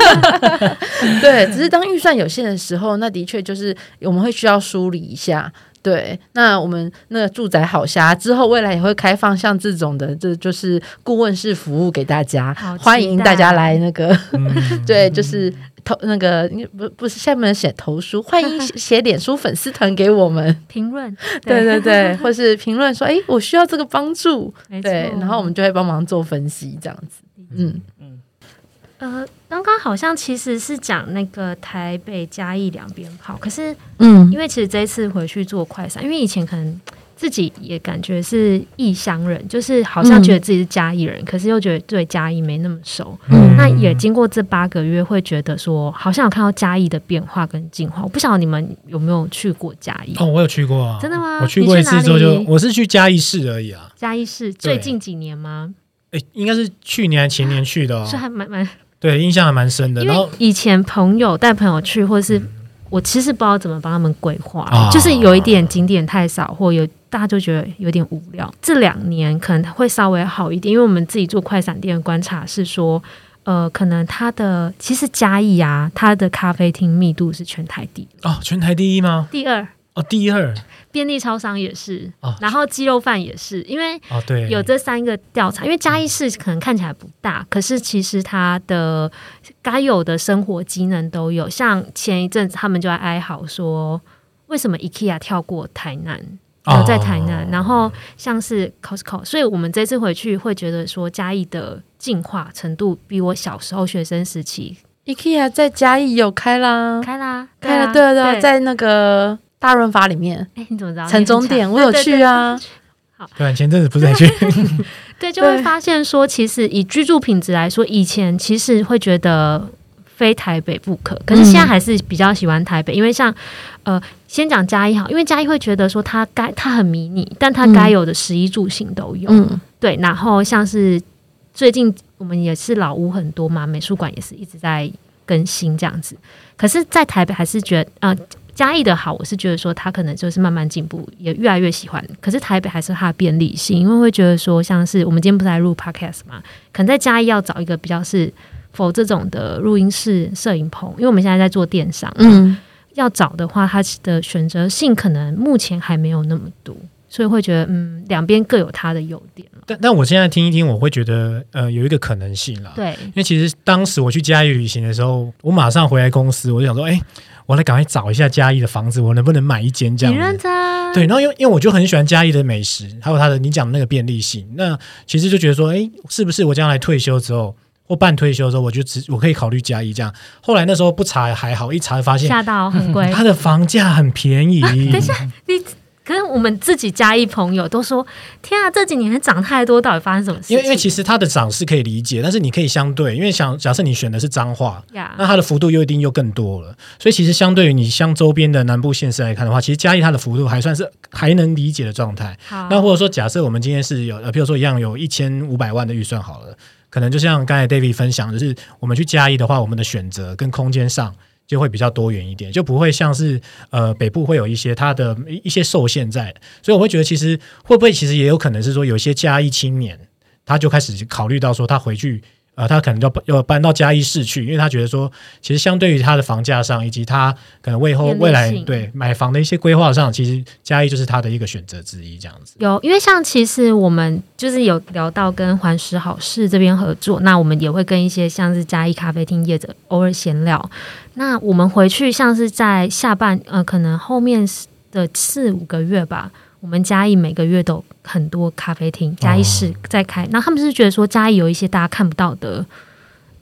[SPEAKER 2] 对，只是当预算有限的时候，那的确就是我们会需要梳理一下。对，那我们那个住宅好虾之后，未来也会开放像这种的，这就是顾问式服务给大家
[SPEAKER 3] 好，期
[SPEAKER 2] 欢迎大家来那个，
[SPEAKER 1] 嗯
[SPEAKER 2] 对，就是投那个不不是下面写投书，欢迎写写脸书粉丝团给我们，
[SPEAKER 3] 评论，
[SPEAKER 2] 对对对，或是评论说，诶，哎我需要这个帮助，
[SPEAKER 3] 没错
[SPEAKER 2] 对，然后我们就会帮忙做分析这样子，嗯。
[SPEAKER 3] 呃，刚刚好像其实是讲那个台北嘉义两边跑，可是
[SPEAKER 2] 嗯
[SPEAKER 3] 因为其实这一次回去做快闪，因为以前可能自己也感觉是异乡人，就是好像觉得自己是嘉义
[SPEAKER 2] 嗯
[SPEAKER 3] 人，可是又觉得对嘉义没那么熟。
[SPEAKER 1] 嗯
[SPEAKER 3] 那也经过这八个月，会觉得说好像有看到嘉义的变化跟进化。我不晓得你们有没有去过嘉义？
[SPEAKER 1] 哦，我有去过啊，
[SPEAKER 3] 真的吗
[SPEAKER 1] 我去过一次之后
[SPEAKER 3] 你去
[SPEAKER 1] 就
[SPEAKER 3] 哪，里
[SPEAKER 1] 我是去嘉义市而已啊。
[SPEAKER 3] 嘉义是最近几年吗？
[SPEAKER 1] 诶，哎应该是去年还前年去的、
[SPEAKER 3] 是
[SPEAKER 1] 哦，
[SPEAKER 3] 还蛮蛮
[SPEAKER 1] 对，印象还蛮深的。
[SPEAKER 3] 因
[SPEAKER 1] 然
[SPEAKER 3] 为
[SPEAKER 1] 后嗯
[SPEAKER 3] 以前朋友带朋友去，或是我其实不知道怎么帮他们规划，
[SPEAKER 1] 啊
[SPEAKER 3] 就是有一点景点太少，或有大家就觉得有点无聊。这两年可能会稍微好一点，因为我们自己做快闪店的观察是说。呃，可能它的其实嘉义啊，它的咖啡厅密度是全台第一
[SPEAKER 1] 哦，全台第一吗？
[SPEAKER 3] 第二，
[SPEAKER 1] 哦，第二
[SPEAKER 3] 便利超商也是，
[SPEAKER 1] 哦
[SPEAKER 3] 然后鸡肉饭也是，因为
[SPEAKER 1] 哦，对，
[SPEAKER 3] 有这三个调查，因为嘉义市可能看起来不大，可是其实它的该有的生活机能都有。像前一阵子他们就在哀嚎说，为什么 IKEA 跳过台南，
[SPEAKER 1] 哦
[SPEAKER 3] 留在台南？然后像是 Costco，所以我们这次回去会觉得说，嘉义的进化程度比我小时候学生时期
[SPEAKER 2] IKEA 在嘉义有开啦，
[SPEAKER 3] 开啦，
[SPEAKER 2] 开
[SPEAKER 3] 啦
[SPEAKER 2] 了，对啊对啊，在那个大润发里面，
[SPEAKER 3] 哎，你怎么知道？
[SPEAKER 2] 城中店 我有去啊，
[SPEAKER 1] 对，前阵子不是还去
[SPEAKER 3] 对，就会
[SPEAKER 2] 对
[SPEAKER 3] 发现说，其实以居住品质来说，以前其实会觉得非台北不可，可是现在还是比较喜欢台北，因为像呃，先讲嘉义好，因为嘉义会觉得说它该它很迷你，但它该有的食衣住行都有。
[SPEAKER 2] 嗯，
[SPEAKER 3] 对，然后像是最近我们也是老屋很多嘛，美术馆也是一直在更新这样子。可是，在台北还是觉得呃。嘉义的好，我是觉得说它可能就是慢慢进步，也越来越喜欢。可是台北还是它的便利性，因为会觉得说，像是我们今天不是在录 podcast 嘛，可能在嘉义要找一个比较是否这种的录音室、摄影棚，因为我们现在在做电商，
[SPEAKER 2] 嗯，
[SPEAKER 3] 要找的话，它的选择性可能目前还没有那么多，所以会觉得嗯，两边各有它的优点了。
[SPEAKER 1] 但但我现在听一听，我会觉得呃有一个可能性啦。，
[SPEAKER 3] 对，
[SPEAKER 1] 因为其实当时我去嘉义旅行的时候，我马上回来公司，我就想说，哎，我来赶快找一下嘉义的房子，我能不能买一间这
[SPEAKER 3] 你
[SPEAKER 1] 样子？
[SPEAKER 3] 认真啊
[SPEAKER 1] 对，然后因为因为我就很喜欢嘉义的美食，还有它的你讲的那个便利性，那其实就觉得说，哎，是不是我将来退休之后或半退休之后，我就只我可以考虑嘉义这样？后来那时候不查还好，一查发现
[SPEAKER 3] 吓到很贵。
[SPEAKER 1] 它的房价很便宜。
[SPEAKER 3] 啊等一下，你可是我们自己嘉义朋友都说，天啊，这几年涨太多，到底发生什么事情？
[SPEAKER 1] 因为因为其实它的涨是可以理解，但是你可以相对，因为想假设你选的是彰化，
[SPEAKER 3] 呀
[SPEAKER 1] 那它的幅度又一定又更多了，所以其实相对于你像周边的南部县市来看的话，其实嘉义它的幅度还算是还能理解的状态。
[SPEAKER 3] 好
[SPEAKER 1] 那或者说，假设我们今天是有呃，譬如说一样有一千五百万的预算好了，可能就像刚才 David 分享，就是我们去嘉义的话，我们的选择跟空间上就会比较多元一点，就不会像是呃北部会有一些它的一一些受限在，所以我会觉得其实会不会其实也有可能是说，有些嘉义青年他就开始考虑到说他回去。呃，他可能要要搬到嘉义市去，因为他觉得说，其实相对于他的房价上，以及他可能为后
[SPEAKER 3] 便利
[SPEAKER 1] 未来
[SPEAKER 3] 性
[SPEAKER 1] 对买房的一些规划上，其实嘉义就是他的一个选择之一，这样子。
[SPEAKER 3] 有，因为像其实我们就是有聊到跟环石好事这边合作，那我们也会跟一些像是嘉义咖啡厅业者偶尔闲聊。那我们回去像是在下半呃，可能后面的四五个月吧，我们嘉义每个月都有很多咖啡厅，嘉义市在开。那他们是觉得说嘉义有一些大家看不到的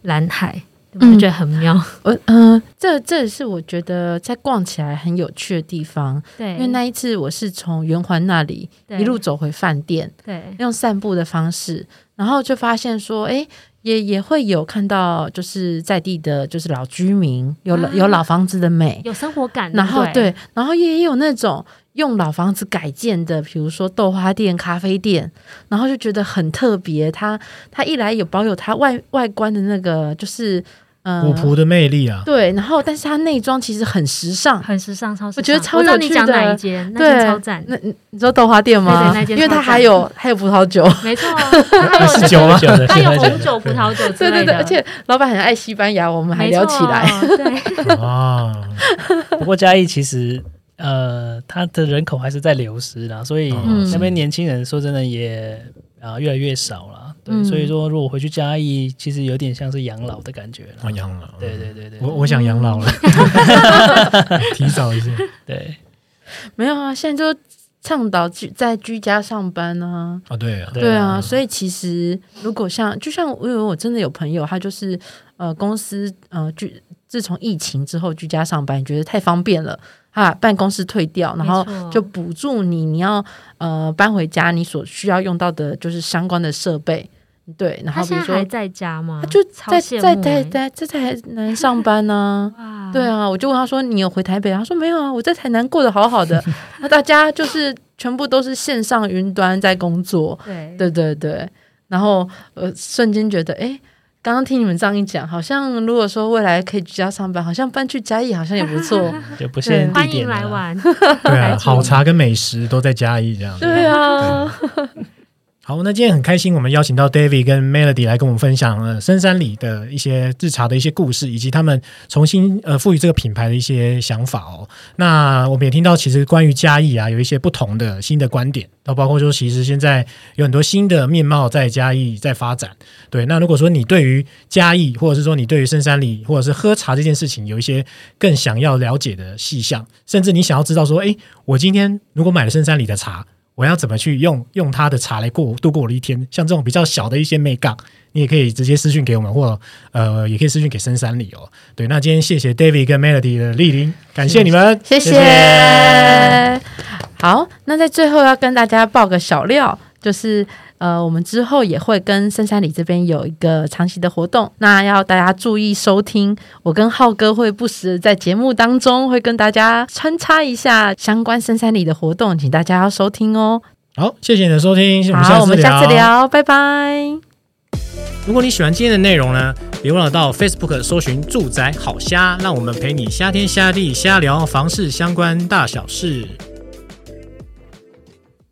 [SPEAKER 3] 蓝海，我就觉得很妙。
[SPEAKER 2] 我嗯，这这也是我觉得在逛起来很有趣的地方，
[SPEAKER 3] 对，
[SPEAKER 2] 因为那一次我是从圆环那里
[SPEAKER 3] 对
[SPEAKER 2] 一路走回饭店，
[SPEAKER 3] 对
[SPEAKER 2] 用散步的方式，然后就发现说，诶，也也会有看到，就是在地的，就是老居民有老、
[SPEAKER 3] 啊
[SPEAKER 2] 有老房子的美，
[SPEAKER 3] 有生活感，
[SPEAKER 2] 然后
[SPEAKER 3] 不对
[SPEAKER 2] 对，然后也有那种用老房子改建的，比如说豆花店、咖啡店，然后就觉得很特别。它它一来有保有它外外观的那个，就是嗯、
[SPEAKER 1] 古朴的魅力啊，
[SPEAKER 2] 对，然后但是它内装其实很时尚，
[SPEAKER 3] 很时尚，超时尚
[SPEAKER 2] 我觉得超
[SPEAKER 3] 知道
[SPEAKER 2] 有
[SPEAKER 3] 你
[SPEAKER 2] 趣
[SPEAKER 3] 讲
[SPEAKER 2] 的
[SPEAKER 3] 哪一间，那
[SPEAKER 2] 对
[SPEAKER 3] 间超赞，
[SPEAKER 2] 那你你知道豆花店吗？
[SPEAKER 3] 对对那间
[SPEAKER 2] 因为它
[SPEAKER 3] 超赞
[SPEAKER 2] 还有还有葡萄酒。
[SPEAKER 3] 没错，它还有
[SPEAKER 1] 是酒吗？
[SPEAKER 4] 酒的
[SPEAKER 3] 它有
[SPEAKER 4] 酒的
[SPEAKER 3] 红酒、葡萄酒之
[SPEAKER 2] 对
[SPEAKER 3] 类
[SPEAKER 2] 对
[SPEAKER 3] 的，
[SPEAKER 2] 对，而且老板很爱西班牙，我们还
[SPEAKER 3] 没
[SPEAKER 2] 聊起来。
[SPEAKER 3] 错。 对，
[SPEAKER 1] 啊，
[SPEAKER 4] 不过嘉义其实呃，它的人口还是在流失啦，所以
[SPEAKER 1] 嗯
[SPEAKER 4] 那边年轻人说真的也啊、越来越少啦。对，
[SPEAKER 2] 嗯
[SPEAKER 4] 所以说如果回去嘉义，其实有点像是养老的感觉了。
[SPEAKER 1] 我养老，
[SPEAKER 4] 对对对对
[SPEAKER 1] 哦我我想养老 了，提早一些。
[SPEAKER 4] 对
[SPEAKER 2] 没有啊，现在就倡导居在居家上班啊。
[SPEAKER 1] 啊，对啊，
[SPEAKER 2] 对啊，所以其实如果像，就像我有我真的有朋友，他就是呃公司呃居，自从疫情之后居家上班，觉得太方便了，他把办公室退掉，然后
[SPEAKER 3] 没错
[SPEAKER 2] 就补助你，你要呃搬回家，你所需要用到的就是相关的设备，对，然
[SPEAKER 3] 他
[SPEAKER 2] 后比
[SPEAKER 3] 现
[SPEAKER 2] 如
[SPEAKER 3] 在
[SPEAKER 2] 说
[SPEAKER 3] 还在家吗？
[SPEAKER 2] 他就
[SPEAKER 3] 超
[SPEAKER 2] 在
[SPEAKER 3] 羡慕
[SPEAKER 2] 在
[SPEAKER 3] 欸
[SPEAKER 2] 在在在台南上班呢、
[SPEAKER 3] 哇，
[SPEAKER 2] 对啊，我就问他说：“你有回台北？”他说：“没有啊，我在台南过得好好的。”那大家就是全部都是线上云端在工作，
[SPEAKER 3] 对
[SPEAKER 2] 对对对。然后呃，瞬间觉得，诶，刚刚听你们这样一讲，好像如果说未来可以居家上班，好像搬去嘉义好像也不错。
[SPEAKER 4] 就不
[SPEAKER 1] 啊
[SPEAKER 4] 限地
[SPEAKER 3] 欢迎
[SPEAKER 4] 点
[SPEAKER 3] 来
[SPEAKER 4] 了啦。
[SPEAKER 3] 玩，
[SPEAKER 1] 对啊，好茶跟美食都在嘉义这样子。
[SPEAKER 2] 对啊，
[SPEAKER 1] 好，那今天很开心，我们邀请到 David 跟 Melody 来跟我们分享呃深山里的一些制茶的一些故事，以及他们重新呃赋予这个品牌的一些想法哦。那我们也听到，其实关于嘉义啊，有一些不同的新的观点，那包括说，其实现在有很多新的面貌在嘉义在发展。对，那如果说你对于嘉义，或者是说你对于深山里，或者是喝茶这件事情，有一些更想要了解的细项，甚至你想要知道说，诶，我今天如果买了深山里的茶，我要怎么去用用它的茶来过度过我的一天？像这种比较小的一些美杠，你也可以直接私讯给我们，或呃，也可以私讯给深山里哦。对，那今天谢谢 David 跟 Melody 的莅临，感谢你们，
[SPEAKER 2] 谢谢。好，那在最后要跟大家报个小料，就是呃，我们之后也会跟深山里这边有一个长期的活动，那要大家注意收听。我跟浩哥会不时在节目当中会跟大家穿插一下相关深山里的活动，请大家要收听哦。
[SPEAKER 1] 好，谢谢你的收听，
[SPEAKER 2] 好，我们下次聊，拜拜。
[SPEAKER 1] 如果你喜欢今天的内容呢，别忘了到 Facebook 搜寻“住宅好虾”，让我们陪你虾天虾地虾聊房事相关大小事。